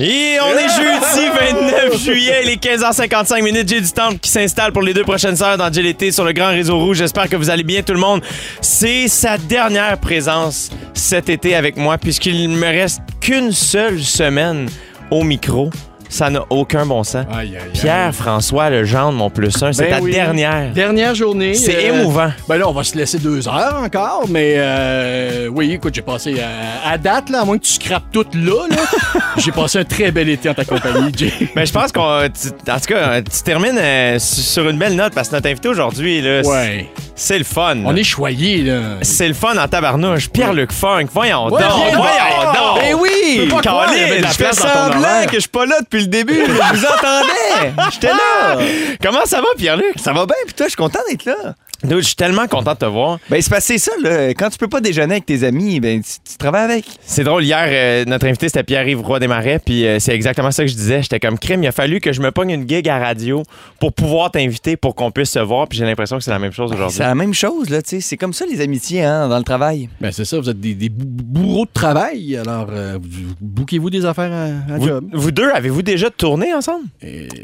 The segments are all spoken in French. Et on est jeudi 29 juillet, les 15h55 minutes. J'ai du temps qui s'installe pour les deux prochaines heures dans JLT sur le grand réseau rouge. J'espère que vous allez bien, tout le monde. C'est sa dernière présence cet été avec moi, puisqu'il me reste qu'une seule semaine au micro. Ça n'a aucun bon sens. Aïe, aïe, aïe. Pierre-François Legendre, mon plus un, c'est Ben ta oui. dernière. Dernière journée. C'est émouvant. Ben là, on va se laisser deux heures encore, mais euh, oui, écoute, j'ai passé euh, à date, là, à moins que tu scrapes tout là, là, j'ai passé un très bel été en ta compagnie, Jay. Mais Ben, je pense qu'on. tu- En tout cas, tu termines euh, su- sur une belle note parce que notre invité aujourd'hui, là, c'est- Ouais. c'est le fun. On est choyés, là. C'est le fun en tabarnouche. Pierre-Luc Funk, voyons donc, viens voyons donc. donc. Ben oui. Je peux pas croire, Colin, il y avait de la je fais place dans ton horaire. semblant que je suis pas là depuis le début, mais je vous entendais. J'étais là. Comment ça va, Pierre-Luc? Ça va bien, puis toi, je suis content d'être là. Dude, je suis tellement content de te voir. Ben, c'est passé ça, là. Quand tu peux pas déjeuner avec tes amis, ben, tu, tu travailles avec. C'est drôle, hier, euh, notre invité, c'était Pierre-Yves Roy Desmarais, puis euh, c'est exactement ça que je disais. J'étais comme crime, il a fallu que je me pogne une gig à radio pour pouvoir t'inviter, pour qu'on puisse se voir, puis j'ai l'impression que c'est la même chose aujourd'hui. C'est la même chose, là, tu sais. C'est comme ça, les amitiés, hein, dans le travail. Ben c'est ça, vous êtes des, des bou- bourreaux de travail, alors euh, vous- vous- bouquez-vous des affaires à, à Vous, job. vous deux, avez-vous déjà tourné ensemble?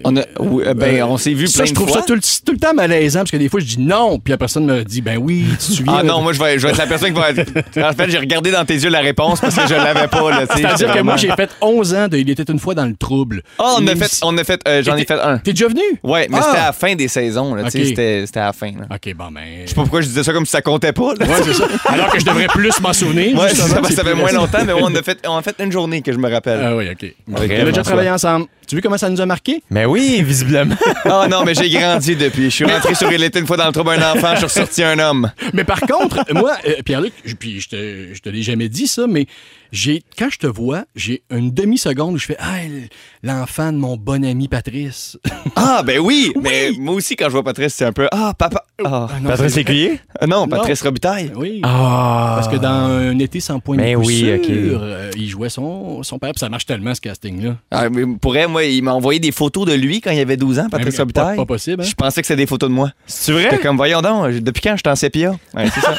On a, oui, euh, Eh ben, Euh, on s'est vu Ça, plein je de trouve fois. ça tout le, tout le temps malaisant, parce que des fois, je dis non, puis la personne me dit, ben oui, tu te souviens. ah non, moi, je vais, je vais être la personne qui va être... En fait, j'ai regardé dans tes yeux la réponse parce que je l'avais pas, là, tu sais. C'est-à-dire que vraiment. moi, j'ai fait 11 ans de Il était une fois dans le trouble. Ah, on Une a fait, émission- on a fait, euh, j'en ai fait un. T'es déjà venu? Ouais, mais Ah. c'était à la fin des saisons, là, tu Ok. sais. C'était, c'était à la fin, là. OK, bon, ben. Je sais pas pourquoi je disais ça comme si ça comptait pas, là. Ouais, c'est ça. Alors que je devrais plus m'en souvenir. Ouais, justement, ça, c'est ça fait plus moins récent. longtemps, mais on a fait, on a fait une journée que je me rappelle. Ah oui, OK. On a Avec déjà François. travaillé ensemble. Tu vois comment ça nous a marqué? Mais Ben oui, visiblement. Ah non, mais j'ai grandi depuis. Je suis rentré sur Il était une fois dans le trouble un enfant, je suis ressorti un homme. Mais par contre, moi, euh, Pierre-Luc, je- puis je te, je te l'ai jamais dit ça, mais j'ai quand je te vois, j'ai une demi-seconde où je fais Ah, l- l'enfant de mon bon ami Patrice. Ah, ben oui! Mais moi aussi, quand je vois Patrice, c'est un peu Ah, papa! Ah. Ah non, Patrice c'est- Lécuyer? Ah non, Patrice Robitaille. Oui. Ah! Parce que dans Un été sans point Mais de coup oui, sûr, ok. euh, il jouait son, son père, puis ça marche tellement ce casting-là. Ah, mais pour elle, moi, il m'a envoyé des photos de lui quand il avait 12 ans, Patrice Même Ah, pas, Robitaille. pas possible. hein? Je pensais que c'était des photos de moi. C'est vrai? J'étais comme, voyons donc, depuis quand je suis en sépia? Ouais, c'est ça.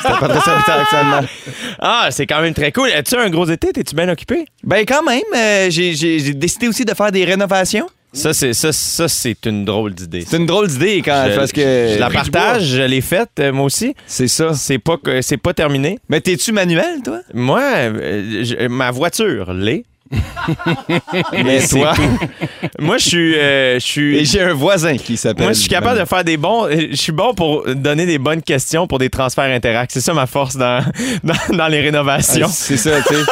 C'était Patrice Robitaille actuellement. Ah, c'est quand même très cool. As-tu un gros été? T'es-tu bien occupé? Ben quand même, euh, j'ai- j'ai j'ai décidé aussi de faire des rénovations. Ça, c'est ça, ça, c'est une drôle d'idée. C'est une drôle d'idée quand Je- parce que. Ah. je la partage, je l'ai faite, euh, moi aussi. C'est ça. C'est pas, que- c'est pas terminé. Mais t'es-tu manuel, toi? Moi, euh, je- ma voiture l'est. Mais c'est toi. Moi, je suis. euh, je Et suis j'ai Ben. un voisin qui s'appelle. moi, je suis capable de faire des bons. euh, Je suis bon pour donner des bonnes questions pour des transferts interacts. C'est ça ma force dans, dans, dans les rénovations. Ah, C'est ça, tu sais.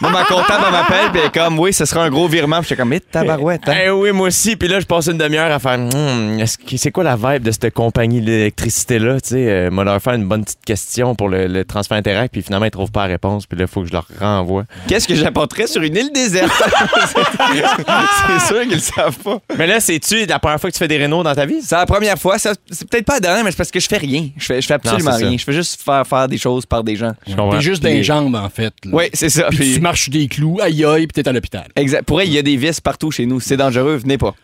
Moi, ma comptable, elle m'appelle, puis elle est comme, oui, ce sera un gros virement. Puis j'étais comme, mais tabarouette, hein. Eh oui, moi aussi. Puis là, je passe une demi-heure à faire Hmm, est-ce que- c'est quoi la vibe de cette compagnie d'électricité-là? Tu sais, euh, m'a leur faire une bonne petite question pour le, le transfert interact, puis finalement, ils trouvent pas la réponse, puis là, il faut que je leur renvoie. Qu'est-ce que j'apporterais sur une île déserte? c'est sûr qu'ils le savent pas. Mais là, c'est-tu la première fois que tu fais des rénaux dans ta vie? C'est la première fois. ça- C'est peut-être pas la dernière, mais c'est parce que je fais rien. Je fais, je fais absolument Non, c'est ça. rien. Je fais juste faire faire des choses par des gens. Je comprends. T'es juste dans les jambes, en fait. là. Oui, c'est ça. Puis Puis- tu marches sur des clous, aïe aïe, puis t'es à l'hôpital. Exact. Pour elle, il y a des vis partout chez nous. C'est dangereux, venez pas.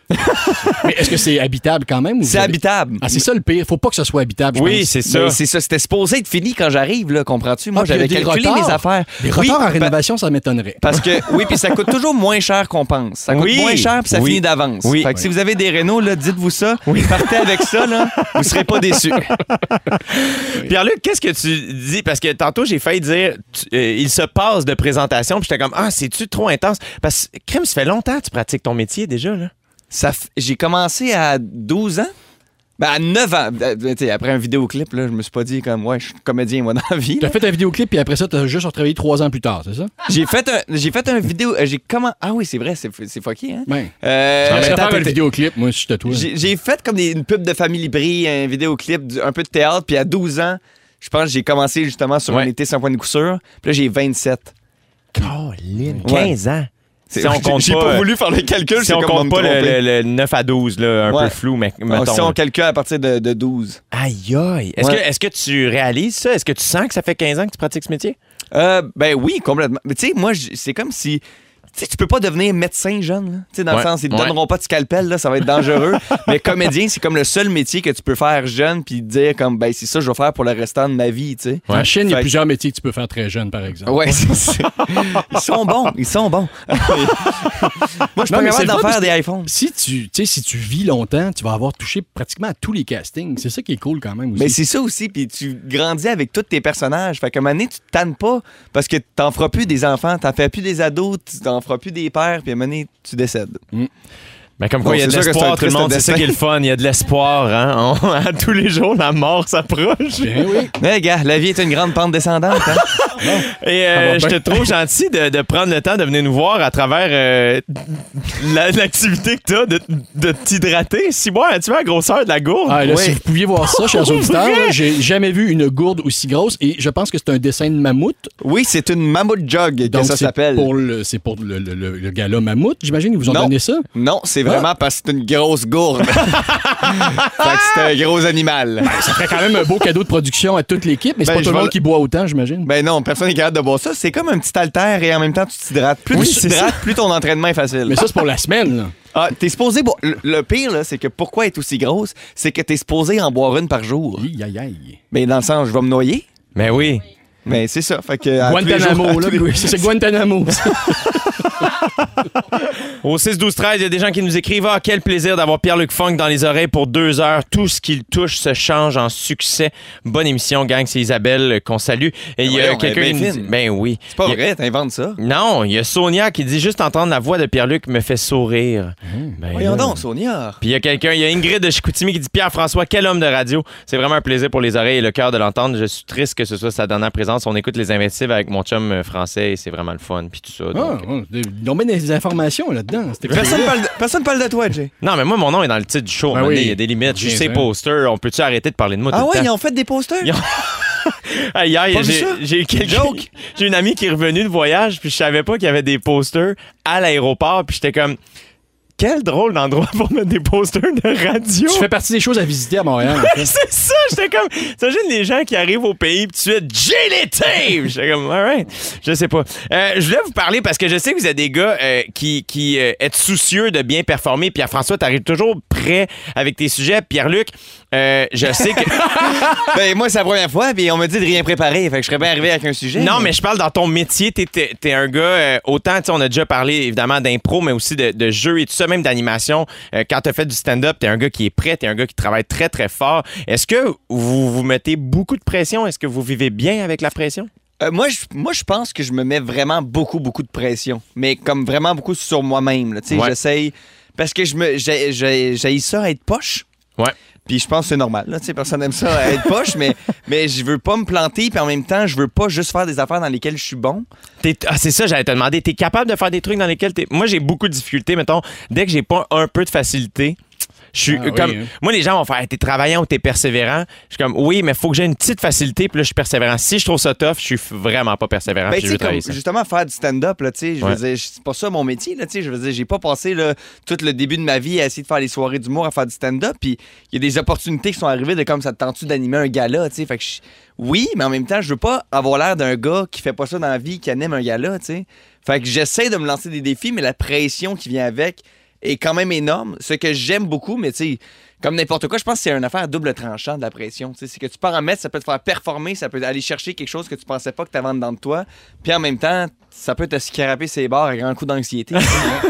Mais est-ce que c'est habitable quand même? ou C'est vous avez- habitable. Ah, c'est ça le pire. Faut pas que ce soit habitable. je Oui, pense. c'est ça. Mais c'est ça, c'était supposé être fini quand j'arrive, là, comprends-tu? Moi, Ah, puis il y a j'avais des calculé retards. mes affaires. Des Oui, ben, retards en pa- rénovation, ça m'étonnerait. Parce que, oui, puis ça coûte toujours moins cher qu'on pense. Ça coûte Oui. moins cher, puis ça Oui. finit d'avance. Oui. Fait que si vous avez des rénaux, là, dites-vous ça. Partez avec ça, là. Vous serez pas déçus. Pierre-Luc, qu'est-ce que tu dis? Parce que tantôt, j'ai failli dire tu- euh, il se passe de présentation, puis j'étais comme Ah, c'est-tu trop intense? Parce que, crime, ça fait longtemps que tu pratiques ton métier déjà, là. Ça f- J'ai commencé à 12 ans. Ben, à 9 ans. Euh, tu sais, Après un vidéoclip, là, je me suis pas dit comme, ouais, je suis comédien, moi, dans la vie. T'as là. fait un vidéoclip, puis après ça, t'as juste retravaillé trois ans plus tard, c'est ça? J'ai fait un, j'ai fait un vidéo. euh, J'ai comment Ah oui, c'est vrai, c'est c'est fucké, hein? Ben. Euh, Je vais attends, faire un t'étais- vidéoclip, moi, si j'étais toi. J'ai j'ai fait comme des- une pub de Family Brie, un vidéoclip, du- un peu de théâtre, puis à 12 ans, je pense que j'ai commencé justement sur Ouais. un été sans point de coup sûr. Puis là, j'ai 27. Colin, Ouais. 15 ans. Si on compte j'ai pas, euh, voulu faire le calcul, Si c'est on comme compte me pas le, tromper. le- le 9 à 12, là, un Ouais. peu flou, mais Donc, mettons. si on calcule à partir de, de 12. Aïe, aïe. Est-ce Ouais. que, est-ce que tu réalises ça? Est-ce que tu sens que ça fait 15 ans que tu pratiques ce métier? Euh, ben oui, complètement. Mais tu sais, moi, j- c'est comme si. Tu sais, tu peux pas devenir médecin jeune. là. Tu sais, dans Ouais, le sens, ils te ouais. donneront pas de scalpel, là, ça va être dangereux. Mais comédien, c'est comme le seul métier que tu peux faire jeune puis te dire comme ben c'est ça que je vais faire pour le restant de ma vie, tu sais. En Chine, il y a Fait- plusieurs métiers que tu peux faire très jeune, par exemple. Ah Ouais, c'est ça. Ils sont bons, ils sont bons. Moi, je Non, peux mais c'est le capable d'en fun faire parce des iPhones. Si tu, tu sais, si tu vis longtemps, tu vas avoir touché pratiquement à tous les castings. C'est ça qui est cool quand même aussi. Mais c'est ça aussi, puis tu grandis avec tous tes personnages. Fait qu'à un moment donné, tu te tannes pas parce que t'en feras plus des enfants, t'en feras plus des ados, tu t'en feras plus des pères, puis à un moment donné, tu décèdes. Mais Ben, comme quoi, Bon, il y a de c'est sûr que l'espoir, tout c'est un le monde. C'est triste ça qui est le fun. Il y a de l'espoir, hein. On- à tous les jours, la mort s'approche. Ben oui. Mais gars, la vie est une grande pente descendante. hein. Et euh, Ah bon, je te ben. trouve gentil de, de prendre le temps de venir nous voir à travers euh, la- l'activité que tu as de, de t'hydrater. Si moi, tu vois la grosseur de la gourde. Ah, là, Oui. Si vous pouviez voir ça, chers auditeurs, là, j'ai jamais vu une gourde aussi grosse et je pense que c'est un dessin de mammouth. Oui, c'est une mammouth jog que Donc, ça c'est s'appelle. pour le, c'est pour le, le- le- le gala mammouth. J'imagine qu'ils vous ont Non. donné ça. Non, c'est vraiment parce que c'est une grosse gourde. fait que c'est un gros animal. Ça ferait quand même un beau cadeau de production à toute l'équipe, mais c'est Ben, pas je tout le vais monde le- qui boit autant, j'imagine. Ben non, personne n'est capable de boire ça. C'est comme un petit haltère et en même temps, tu t'hydrates. Plus Oui, tu c'est t'hydrates, plus ton entraînement est facile. mais ça, c'est pour la semaine. là. Ah, t'es supposé boire. Le, le pire, là, c'est que pourquoi elle est aussi grosse, c'est que t'es supposé en boire une par jour. Aïe, aïe, aïe. Mais dans le sens, je vais me noyer. Mais Ben oui. Mais c'est ça. Fait que. à tous les jours- Guantanamo, à là. tous les- oui, C'est Guantanamo. ça. Au 6-12-13, il y a des gens qui nous écrivent Ah, quel plaisir d'avoir Pierre-Luc Funk dans les oreilles pour deux heures. Tout ce qu'il touche se change en succès. Bonne émission, gang. C'est Isabelle euh, qu'on salue. Et il y a voyons, quelqu'un elle est qui bien nous dit fine. Ben oui. C'est pas Il y a- vrai, t'inventes ça. Non, il y a Sonia qui dit juste entendre la voix de Pierre-Luc me fait sourire. Ben Mmh. Voyons là. donc, Sonia. Puis il y a quelqu'un, il y a Ingrid de Chicoutimi qui dit Pierre-François, quel homme de radio. C'est vraiment un plaisir pour les oreilles et le cœur de l'entendre. Je suis triste que ce soit sa dernière présence. On écoute les invincibles avec mon chum euh, français et c'est vraiment le fun. Puis tout ça. Ah, donc. ouais, Ils ont mis des informations là-dedans. C'était Personne parle, de, personne parle de toi, Jay. Non, mais moi, mon nom est dans le titre du show. Ben Mané, oui. Il y a des limites. Je suis Viens-en. ces posters. On peut-tu arrêter de parler de moi Ah tout ouais, le ils temps? ont fait des posters. Ils ont- Ah, Hier, Pas vu j'ai- ça? j'ai eu quelqu'un- Joke. J'ai une amie qui est revenue de voyage, puis je savais pas qu'il y avait des posters à l'aéroport. Puis j'étais comme, quel drôle d'endroit pour mettre des posters de radio. Tu fais partie des choses à visiter à Montréal. en fait. C'est ça, j'étais comme. T'imagines les gens qui arrivent au pays, pis tu es j'ai l'été! J'étais comme, alright. Je sais pas. Euh, je voulais vous parler parce que je sais que vous êtes des gars euh, qui, qui euh, êtes soucieux de bien performer. Pierre François, t'arrives toujours prêt avec tes sujets. Pierre-Luc, euh, je sais que. ben, moi, c'est la première fois, puis on me dit de rien préparer. Fait que je serais bien arrivé avec un sujet. Non, mais je parle dans ton métier. T'es, t'es- t'es un gars, euh, autant, tu sais, on a déjà parlé évidemment d'impro, mais aussi de, de jeu et tout ça, même d'animation. Euh, quand t'as fait du stand-up, t'es un gars qui est prêt, t'es un gars qui travaille très, très fort. Est-ce que vous vous mettez beaucoup de pression? Est-ce que vous vivez bien avec la pression? Euh, moi, je, moi, je pense que je me mets vraiment beaucoup, beaucoup de pression. Mais comme vraiment beaucoup sur moi-même. là. Tu sais, Ouais. j'essaye. Parce que je me. j'ai- j'ai j'ai ça être poche. Ouais. Puis je pense que c'est normal. Là, Tu sais, personne n'aime ça être poche, mais, mais je veux pas me planter. Puis en même temps, je veux pas juste faire des affaires dans lesquelles je suis bon. T'es- ah, c'est ça, j'allais te demander. T'es capable de faire des trucs dans lesquels t'es. Moi, j'ai beaucoup de difficultés, mettons. Dès que j'ai pas un peu de facilité, je suis Ah oui, comme. hein. Moi, les gens vont faire Hey, t'es travaillant ou t'es persévérant. Je suis comme oui, mais faut que j'ai une petite facilité, puis là, je suis persévérant. Si je trouve ça tough, je suis vraiment pas persévérant. Ben, puis tu je veux sais, travailler comme, ça. justement, faire du stand-up, là, tu sais, je Ouais. veux dire, c'est pas ça mon métier, là, tu sais, je veux dire, j'ai pas passé, là, tout le début de ma vie à essayer de faire les soirées d'humour, à faire du stand-up, puis il y a des opportunités qui sont arrivées de comme, ça te tente-tu d'animer un gala, tu sais, fait que je- oui, mais en même temps, je veux pas avoir l'air d'un gars qui fait pas ça dans la vie, qui anime un gala, tu sais, fait que j'essaie de me lancer des défis, mais la pression qui vient avec est quand même énorme, ce que j'aime beaucoup, mais tu sais, comme n'importe quoi, je pense que c'est une affaire à double tranchant de la pression. tu sais. C'est que tu pars en mettre, ça peut te faire performer, ça peut aller chercher quelque chose que tu pensais pas que tu avais dedans de toi. Puis en même temps, ça peut te scraper ses barres à grand coup d'anxiété.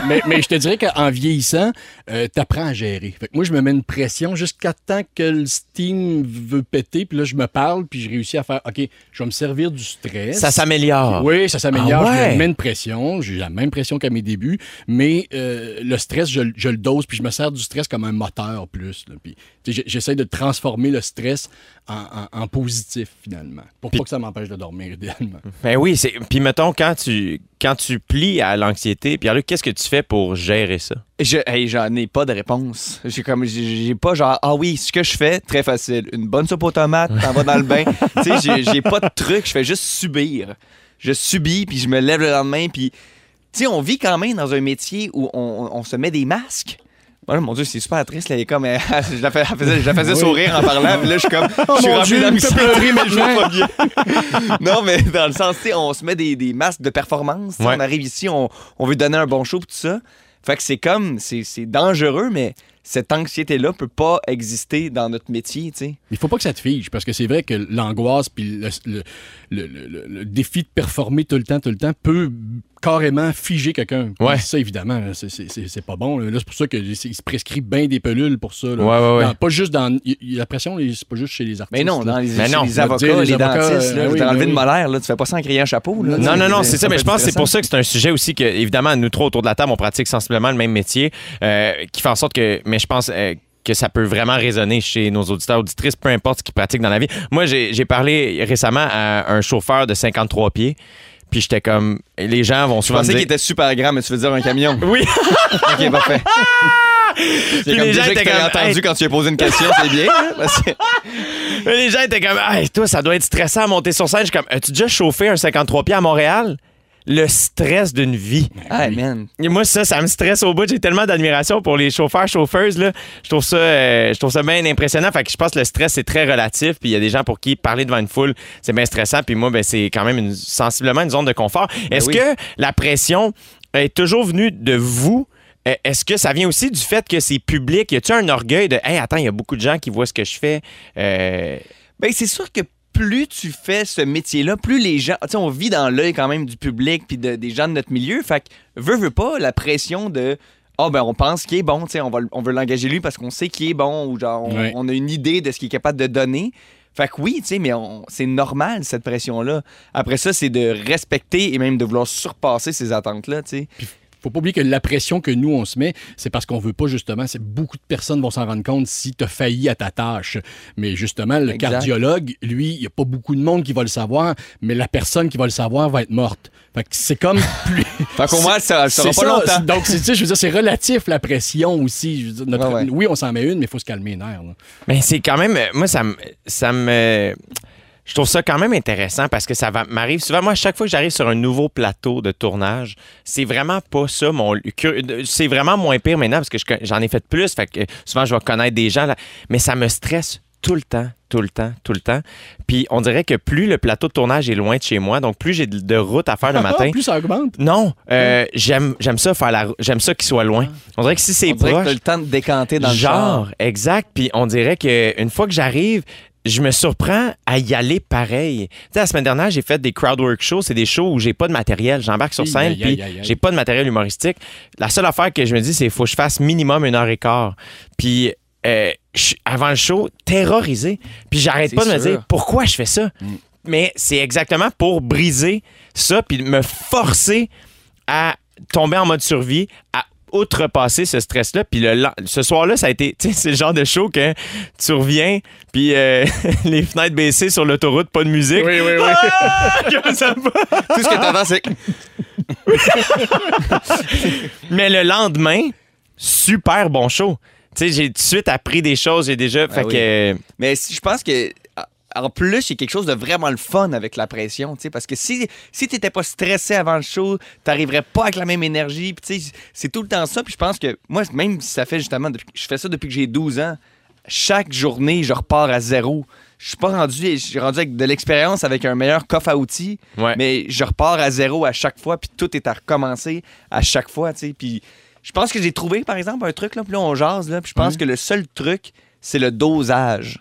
mais, mais je te dirais qu'en vieillissant, euh, t'apprends à gérer. Fait que moi, je me mets une pression jusqu'à temps que le steam veut péter, puis là, je me parle, puis je réussis à faire OK, je vais me servir du stress. Ça s'améliore. Oui, ça s'améliore. Ah ouais? Je me mets une pression. J'ai la même pression qu'à mes débuts, mais euh, le stress, je, je le dose, puis je me sers du stress comme un moteur plus. là. Puis, tu sais, j'ai- j'essaie de transformer le stress en, en- en positif, finalement, pour pas que ça m'empêche de dormir, idéalement. Ben oui, c'est. Puis mettons quand tu quand tu plies à l'anxiété, Pierre-Luc, qu'est-ce que tu fais pour gérer ça Je, hey, j'en ai pas de réponse. J'ai comme j'ai j'ai pas genre ah oui, ce que je fais, très facile, une bonne soupe aux tomates, t'en vas dans le bain. tu sais, j'ai- j'ai pas de truc, je fais juste subir. Je subis puis je me lève le lendemain puis tu sais, on vit quand même dans un métier où on, on se met des masques. Voilà, mon Dieu, c'est super triste. Là, il est comme, euh, je la fais- je la faisais, je la faisais sourire en parlant. Puis là, je suis comme, je suis Oh mon rempli Dieu, il me d'anxiété, fait pleurer mais je vais maintenant. pas bien. non, mais dans le sens, tu sais, on se met des, des masques de performance. tu sais, Ouais. On arrive ici, on, on veut donner un bon show, puis tout ça. Fait que c'est comme, c'est c'est dangereux, mais cette anxiété-là peut pas exister dans notre métier, tu sais. Il faut pas que ça te fige, parce que c'est vrai que l'angoisse puis le, le- le- le- le- le défi de performer tout le temps, tout le temps, peut carrément figer quelqu'un. Puis Ouais. Ça, évidemment, là, c'est- c'est c'est- c'est pas bon. Là, Là, c'est pour ça qu'il se prescrit bien des pelules pour ça. là. Ouais, ouais, ouais. Dans- pas juste dans... y- y- la pression, les- c'est pas juste chez les artistes. Mais non, là. dans les, Mais chez non. les Va avocats, dire, les, les avocats, dentistes, là, euh, je oui, t'ai enlevé oui. de molaire, là, tu fais pas ça en criant chapeau. Là, Non, non, non, c'est ça, mais peut je pense être que c'est pour ça stressant. que c'est un sujet aussi que, évidemment, nous trois autour de la table, on pratique sensiblement le même métier, euh, qui fait en sorte que, mais je pense euh, que ça peut vraiment résonner chez nos auditeurs, auditrices, peu importe ce qu'ils pratiquent dans la vie. Moi, j'ai j'ai parlé récemment à un chauffeur de 53 pieds, puis j'étais comme, les gens vont Je souvent me pensais dire... qu'il était super grand, mais tu veux dire un camion. Oui, ok, parfait. C'est Puis comme les gens déjà que étaient t'as comme, entendu Hey. quand tu lui as posé une question, c'est bien. hein, parce que- les gens étaient comme, hey, toi, ça doit être stressant à monter sur scène. Je suis comme, as-tu déjà chauffé un 53 pieds à Montréal? Le stress d'une vie. Hey, man. Et moi, ça, ça me stresse au bout. J'ai tellement d'admiration pour les chauffeurs, chauffeuses. Là. Je, trouve ça, euh, je trouve ça bien impressionnant. Fait que je pense que le stress, c'est très relatif. Puis il y a des gens pour qui parler devant une foule, c'est bien stressant. Puis moi, ben, c'est quand même une- sensiblement une zone de confort. Est-ce oui. que la pression est toujours venue de vous? Euh, Est-ce que ça vient aussi du fait que c'est public? Y a-tu un orgueil de, hey, attends, il y a beaucoup de gens qui voient ce que je fais? Euh, Ben, c'est sûr que plus tu fais ce métier-là, plus les gens. Tu sais, on vit dans l'œil quand même du public puis de- des gens de notre milieu. Fait que, veux, veux pas, la pression de. Ah, ben, on pense qu'il est bon, tu sais, on, va le- on veut l'engager lui parce qu'on sait qu'il est bon ou genre, on, Ouais. on a une idée de ce qu'il est capable de donner. Fait que oui, tu sais, mais on- c'est normal, cette pression-là. Après ça, c'est de respecter et même de vouloir surpasser ces attentes-là, tu sais. faut pas oublier que la pression que nous, on se met, c'est parce qu'on veut pas, justement, c'est beaucoup de personnes vont s'en rendre compte si tu as failli à ta tâche. Mais justement, le Exact. cardiologue, lui, il n'y a pas beaucoup de monde qui va le savoir, mais la personne qui va le savoir va être morte. Fait que c'est comme plus... Fait qu'au moins, ça, ça C'est sera pas ça. longtemps. Donc, c'est- tu sais, je veux dire, c'est relatif, la pression aussi. Je veux dire, notre- Ouais, ouais. Oui, on s'en met une, mais il faut se calmer les nerfs. là. Mais c'est quand même. euh, Moi, ça me. Ça me je trouve ça quand même intéressant parce que ça va- m'arrive souvent. Moi, à chaque fois que j'arrive sur un nouveau plateau de tournage, c'est vraiment pas ça mon. cur- C'est vraiment moins pire maintenant parce que je con- j'en ai fait plus. Fait que euh, souvent, je vais connaître des gens. Là, mais ça me stresse tout le temps, tout le temps, tout le temps. Puis on dirait que plus le plateau de tournage est loin de chez moi, donc plus j'ai de, de route à faire le matin. plus ça augmente. Non, Hein? euh, j'aime j'aime ça faire la. rou- J'aime ça qu'il soit loin. On dirait que si c'est Ah. On dirait que proche. t'as le temps de décanter dans le Genre, char. exact. Puis on dirait que une fois que j'arrive, je me surprends à y aller pareil. Tu sais, la semaine dernière, j'ai fait des crowdwork shows. C'est des shows où j'ai pas de matériel. J'embarque sur Aïe, scène, aïe, aïe, puis aïe, aïe. j'ai pas de matériel humoristique. La seule affaire que je me dis, c'est faut que je fasse minimum une heure et quart. Puis euh, je suis, avant le show, terrorisé. Puis j'arrête C'est pas de me sûr. dire pourquoi je fais ça. Mm. Mais c'est exactement pour briser ça, puis me forcer à tomber en mode survie, à outrepasser ce stress-là. Puis le, lan- ce soir-là, ça a été, tu sais, c'est le genre de show que tu reviens, puis euh, les fenêtres baissées sur l'autoroute, pas de musique. oui, oui. Ah! Comme ça va. Tout ce que t'entends, c'est. Mais le lendemain, super bon show. Tu sais, j'ai tout de suite appris des choses, j'ai déjà. fait oui. que. Mais si- je pense que a- en plus, il y a quelque chose de vraiment le fun avec la pression, tu sais, parce que si, si t'étais pas stressé avant le show, t'arriverais pas avec la même énergie, puis tu sais, c'est tout le temps ça, puis je pense que moi, même si ça fait justement, depuis- je fais ça depuis que j'ai 12 ans, chaque journée, je repars à zéro. Je suis pas rendu, je suis rendu avec de l'expérience, avec un meilleur coffre à outils, Ouais. mais je repars à zéro à chaque fois, puis tout est à recommencer à chaque fois, tu sais, puis je pense que j'ai trouvé, par exemple, un truc, là, puis là, on jase, là, puis je pense que le seul truc, c'est le dosage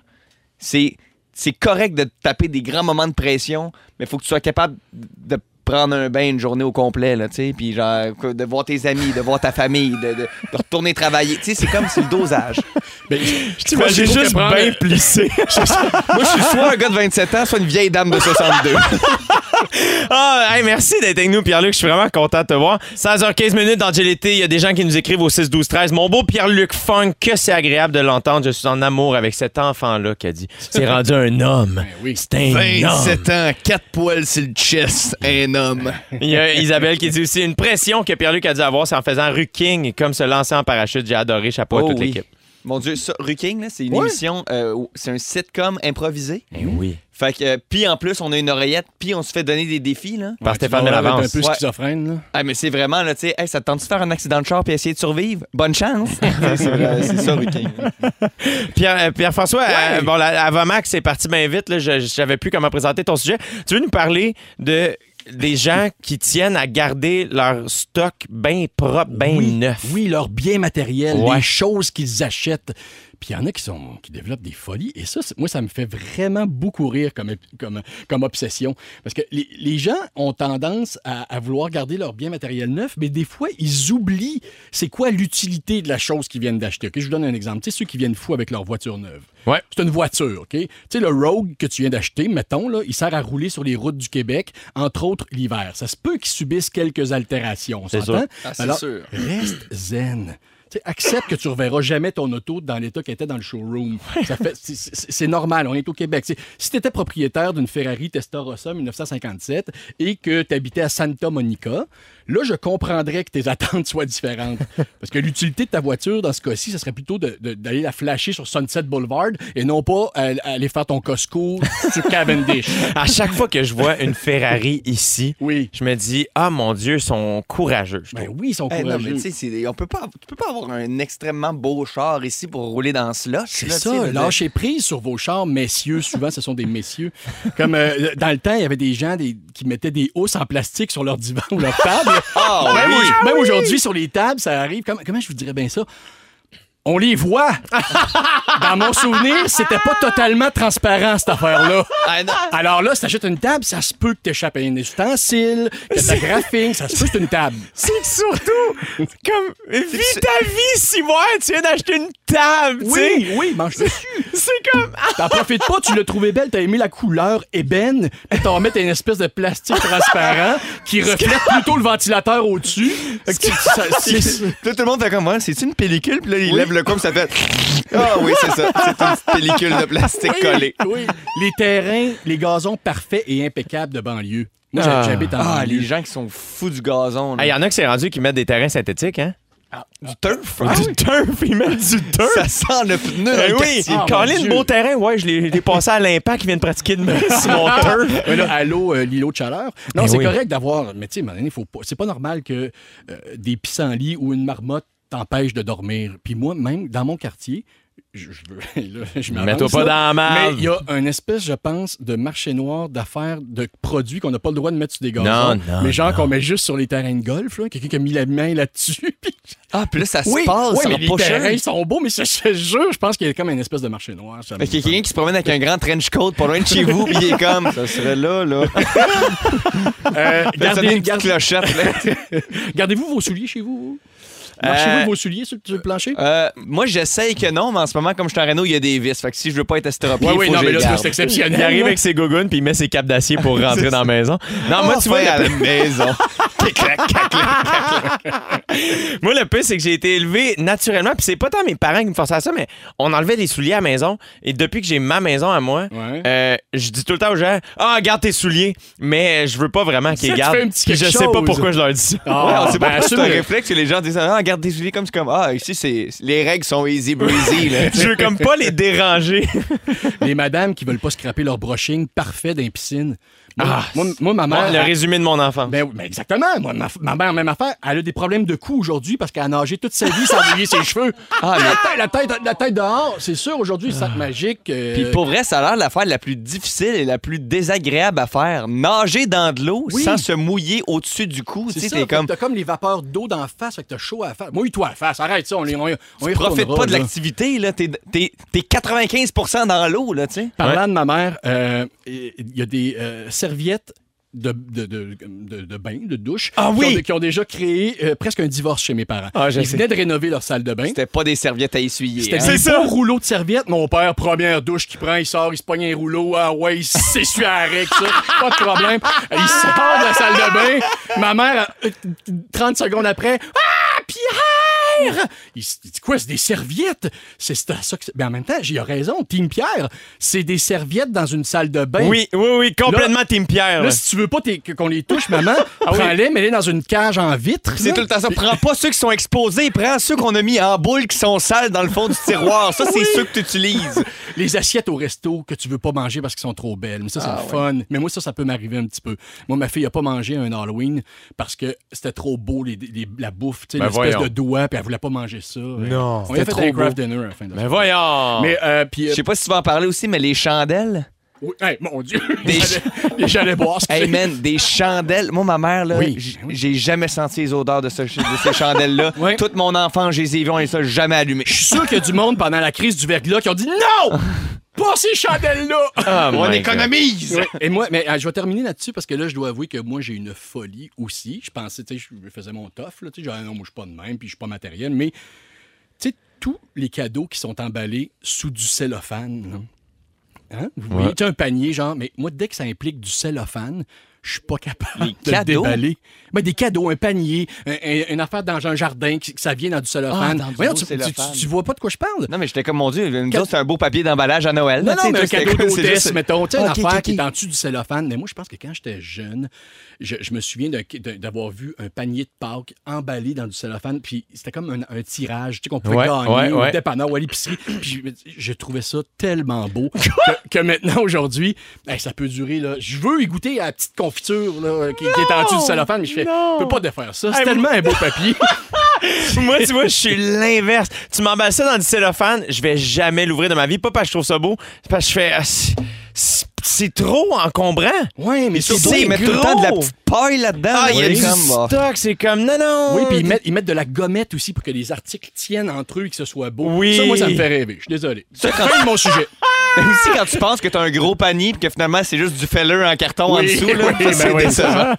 c'est c'est correct de te taper des grands moments de pression, mais il faut que tu sois capable de prendre un bain une journée au complet, là, tu sais, puis genre, que- de voir tes amis, de voir ta famille, de, de- de retourner travailler. Tu sais, c'est comme, c'est le dosage. Ben, Moi, j'ai faut juste prendre- bien plissé. Moi, je suis soit un gars de 27 ans, soit une vieille dame de 62. Ah, hey, merci d'être avec nous, Pierre-Luc. Je suis vraiment content de te voir. 16h15 minutes dans GLT. Il y a des gens qui nous écrivent au 6 12 13 Mon beau Pierre-Luc Funk, que c'est agréable de l'entendre. Je suis en amour avec cet enfant-là qui a dit C'est rendu un homme. Ben oui. C'est un homme. ans, 4 poils sur le chest, un homme. Il y a Isabelle qui dit aussi Une pression que Pierre-Luc a dû avoir, c'est en faisant Ruking, comme se lancer en parachute. J'ai adoré. Chapeau à Oh toute oui. l'équipe. Mon Dieu, ça, Ruking, là, c'est une Ouais. émission, euh, où- c'est un sitcom improvisé. Ben oui. Fait que, euh, puis en plus, on a une oreillette, puis on se fait donner des défis, là. Par Ouais, Stéphane tu dois Bellavance. être un peu Ouais. schizophrène, là. Ah, mais c'est vraiment, là, tu sais, hey, ça te tente de faire un accident de char puis essayer de survivre? Bonne chance! c'est euh, c'est ça, Ruking. Pierre, euh, Pierre-François, euh, bon, la- Avamax, c'est parti bien vite. Là, je je savais plus comment présenter ton sujet. Tu veux nous parler de des gens qui tiennent à garder leur stock bien propre, bien oui, neuf. Oui, leur bien matériel, Ouais. les choses qu'ils achètent. Puis il y en a qui, sont, qui développent des folies. Et ça, c'est- moi, ça me fait vraiment beaucoup rire comme, comme, comme obsession. Parce que les, les gens ont tendance à, à vouloir garder leur bien matériel neuf, mais des fois, ils oublient c'est quoi l'utilité de la chose qu'ils viennent d'acheter. OK, Je vous donne un exemple. Tu sais, ceux qui viennent fous avec leur voiture neuve. Ouais. C'est une voiture, OK? Tu sais, le Rogue que tu viens d'acheter, mettons, là, il sert à rouler sur les routes du Québec, entre autres l'hiver. Ça se peut qu'ils subissent quelques altérations, on C'est s'entend? sûr. Ah, c'est Alors, sûr. Reste zen. Tu sais, accepte que tu reverras jamais ton auto dans l'état qu'elle était dans le showroom. Ça fait- c'est- C'est c'est normal, on est au Québec. Tu sais, si tu étais propriétaire d'une Ferrari Testarossa 1957 et que tu habitais à Santa Monica, là, je comprendrais que tes attentes soient différentes. Parce que l'utilité de ta voiture, dans ce cas-ci, ce serait plutôt de- de- d'aller la flasher sur Sunset Boulevard et non pas à- à aller faire ton Costco sur Cavendish. À chaque fois que je vois une Ferrari ici, Oui. je me dis Ah mon Dieu, ils sont courageux. je Ben trouve. oui, ils sont Eh, non, mais courageux. tu sais, c'est- on peut pas, tu peux pas avoir un extrêmement beau char ici pour rouler dans ce lot. C'est ça, lâchez prise sur vos chars, messieurs. Souvent, ce sont des messieurs. Comme euh, dans le temps, il y avait des gens des- qui mettaient des housses en plastique sur leur divan ou leur table. Ah, même oui! au- même aujourd'hui, sur les tables, ça arrive. Comment, comment je vous dirais bien ça? On les voit. Dans mon souvenir, c'était pas totalement transparent, cette affaire-là. Ah, non. Alors là, si t'achètes une table, ça se peut que t'échappes à un ustensile, que ta graphique, ça se peut que c'est une table. C'est que surtout, comme, vis c'est- ta vie, Simon, tu viens d'acheter une table, tu sais. oui, mange dessus. C'est comme, ah! T'en profites pas, tu l'as trouvé belle, t'as aimé la couleur ébène, puis t'en remets une espèce de plastique transparent qui reflète plutôt le ventilateur au-dessus. Fait que tu- ça- c'est- Là, tout le monde fait comme, Ouais, c'est une pellicule, puis là, il Oui. lève le coude, ça fait. Ah oui, c'est ça. C'est une petite pellicule de plastique collée. oui. Les terrains, les gazons parfaits et impeccables de banlieue. Moi, j'ha- Ah. j'habite en Ah, les banlieue. gens qui sont fous du gazon. Il là. y en a qui s'est rendu qui mettent des terrains synthétiques, hein? Ah, Ah, du turf. hein? du turf, ils mettent du turf. Ça sent le pneu. dans Eh le oui, quartier. Ah, mon Colin, Dieu. beau terrain. Ouais, je l'ai je l'ai passé à l'impact. Ils viennent pratiquer de me sur mon turf. Mais là, allô, euh, l'îlot de chaleur. Non, Ben c'est oui. correct d'avoir. Mais tu sais, à un moment donné, faut pas- c'est pas normal que euh, des pissenlits ou une marmotte t'empêchent de dormir. Puis moi, même dans mon quartier, je, je veux. là, je Ah, m'avance, Mets-toi pas là. dans la Mais marde. il y a un espèce, je pense, de marché noir d'affaires, de produits qu'on n'a pas le droit de mettre sur des gazons. Non, non, mais genre qu'on met juste sur les terrains de golf, là. Quelqu'un qui a mis la main là-dessus. puis- Ah, puis là, ça se Oui, passe oui, mais en les pochette. terrains, ils sont beaux, mais je, je jure, je pense qu'il y a comme une espèce de marché noir. ça me Fait qu'il y a quelqu'un qui se promène avec un grand trench coat pas loin de chez vous, puis il est comme. Ça serait là, là. Euh, Ça gardez- sonne une petite clochette, là. Gardez-vous vos souliers chez vous? vous? Marchez-vous Euh, vos souliers sur, sur le plancher? Euh, moi, j'essaye que non, mais en ce moment, comme je suis en réno, il y a des vis. Fait que si je veux pas être estropié, Ouais, il ouais, faut non, que mais là, je les ça, garde. c'est exceptionnel. Il arrive là. avec ses gougounes puis il met ses capes d'acier pour rentrer dans la maison. Non, Ah, moi, tu vois, Enfin, à le- la maison. moi, le plus, c'est que j'ai été élevé naturellement. Puis c'est pas tant mes parents qui me forçaient à ça, mais on enlevait des souliers à la maison. Et depuis que j'ai ma maison à moi, Ouais. euh, je dis tout le temps aux gens Ah, garde tes souliers. Mais euh, je veux pas vraiment qu'ils Ça, tu gardent. fais un petit Puis je quelque sais pas chose. pourquoi je leur dis ça. Ah, Ouais, on sait pas ben, pourquoi c'est un assume-le. réflexe que les gens disent Ah, regarde des souliers comme c'est comme Ah, ici, c'est les règles sont easy breezy. Là. Je veux comme pas les déranger. Les madames qui veulent pas scraper leur brushing parfait dans les piscines. Moi, Ah, moi, moi, ma mère. le elle- résumé de mon enfant. ben, oui, ben exactement. Moi, ma, ma mère, même affaire, elle a des problèmes de cou aujourd'hui parce qu'elle a nagé toute sa vie sans mouiller ses cheveux. Ah, la, tête, la, tête, la tête dehors, c'est sûr, aujourd'hui, sac magique. euh, Ah. Puis pour vrai, ça a l'air l'affaire la plus difficile et la plus désagréable à faire. Nager dans de l'eau Oui. sans se mouiller au-dessus du cou. Tu c'est sais, ça, t'es fait que comme. T'as comme les vapeurs d'eau d'en face, fait que t'as chaud à la face. Mouille-toi à la face, arrête ça, on, les on, y- on y Profite retournera, pas de là. l'activité, là. T'es t'es- t'es 95 dans l'eau, là, tu sais. Parlant de ma mère, euh, il y a des euh, serviettes de, de, de, de- de bain, de douche, Ah oui! qui, ont, qui ont déjà créé euh, presque un divorce chez mes parents. Ah, je Ils sais. venaient de rénover leur salle de bain. C'était pas des serviettes à essuyer. C'était hein. des C'est ça. beaux rouleaux de serviettes. Mon père, première douche qu'il prend, il sort, il se pogne un rouleau. Ah ouais, il s'essuie avec ça. Pas de problème. Il sort de la salle de bain. Ma mère, euh, 30 secondes après, Ah, Pierre! Pierre! Il, s- il dit quoi, c'est des serviettes? C'est c'est à ça que. c'est- Mais en même temps, il a raison. Team Pierre, c'est des serviettes dans une salle de bain. Oui, oui, oui, complètement Team Pierre. Là, là. si tu veux pas t'es- que- qu'on les touche, maman, prends-les, mets-les dans une cage en vitre. Ah C'est là. tout le temps ça. Prends pas ceux qui sont exposés, prends ceux qu'on a mis en boule qui sont sales dans le fond du tiroir. Ça, c'est ceux que tu utilises. Les assiettes au resto que tu veux pas manger parce qu'elles sont trop belles. Mais ça, c'est Ah le fun. Mais moi, ça, ça peut m'arriver un petit peu. Moi, ma fille a pas mangé un Halloween parce que c'était trop beau, les, les- la bouffe, tu sais, Ben l'espèce voyons. de doigt, puis elle voulait pas manger ça. Non. On a fait C'était un trop craft dinner à la fin de la Mais voyons! Mais, euh, puis, euh, Ben Je sais pas si tu vas en parler aussi, mais les chandelles. oui, hey, mon Dieu! Des- J'allais- J'allais boire ce que Hey man, des chandelles. Moi, ma mère, là, Oui. j- j'ai jamais senti les odeurs de, ce- de ces chandelles-là. Ouais. Toute mon enfance, j'ai les ai vues, on les a jamais allumées. Je suis sûr qu'il y a du monde pendant la crise du verglas qui ont dit Non! Pas ces chandelles-là! on économise! Oh Et moi, mais euh, je vais terminer là-dessus parce que là, je dois avouer que moi, j'ai une folie aussi. Je pensais, tu sais, je faisais mon tof, là, tu sais, genre, non, moi, je suis pas de même, puis je suis pas matériel, mais tu sais, tous les cadeaux qui sont emballés sous du cellophane, là. Hein? Vous voyez, tu sais, un panier, genre, mais moi, dès que ça implique du cellophane, je suis pas capable Les de le cadeaux? déballer. Ben, des cadeaux, un panier, un- un- une affaire dans un jardin, qui, que ça vient Ah, dans du cellophane. dans du Voyons, beau tu, tu- cellophane. tu- tu vois pas de quoi je parle? Non, mais j'étais comme, mon Dieu, nous autres, c'est un beau papier d'emballage à Noël. Non, là, non, tu sais, mais un toi, c'était cadeau comme- c'est d'hôtesse, juste- mettons. Tu sais, une Ah, ok, affaire ok, qui est ok. en dessous du cellophane. Mais moi, je pense que quand j'étais jeune, je, je me souviens d'un- d'un- d'avoir vu un panier de Pâques emballé dans du cellophane. Puis c'était comme un, un tirage, tu sais, qu'on pouvait Ouais, gagner ouais, au ouais. dépanneur ou à l'épicerie. Puis je, je trouvais ça tellement beau que, que maintenant, aujourd'hui, hey, ça peut durer. Là. Je veux y goûter à la petite confiture là, qui, qui est en dessous du cellophane. Mais je fais, non. je peux pas défaire ça. C'est Hey, tellement un beau papier. Moi, tu vois, je suis l'inverse. Tu m'emballes ça dans du cellophane, je vais jamais l'ouvrir de ma vie. Pas parce que je trouve ça beau, c'est parce que je fais. ah, c'est- c'est- C'est trop encombrant. oui, mais surtout, Tu sais, C'est ils mettent tout le gros. temps de la petite paille là-dedans. Ah, il y a Oui. du Comme, bah, stock, c'est comme non, non. Oui, puis ils mettent, ils mettent de la gommette aussi pour que les articles tiennent entre eux et que ce soit beau. Oui. Ça, moi, ça me fait rêver. Je suis désolé. Ça, quand- Fin de mon sujet. Mais aussi quand tu penses que t'as un gros panier puis que finalement c'est juste du feller en carton en Oui, dessous, là, oui, ben c'est oui. décevant.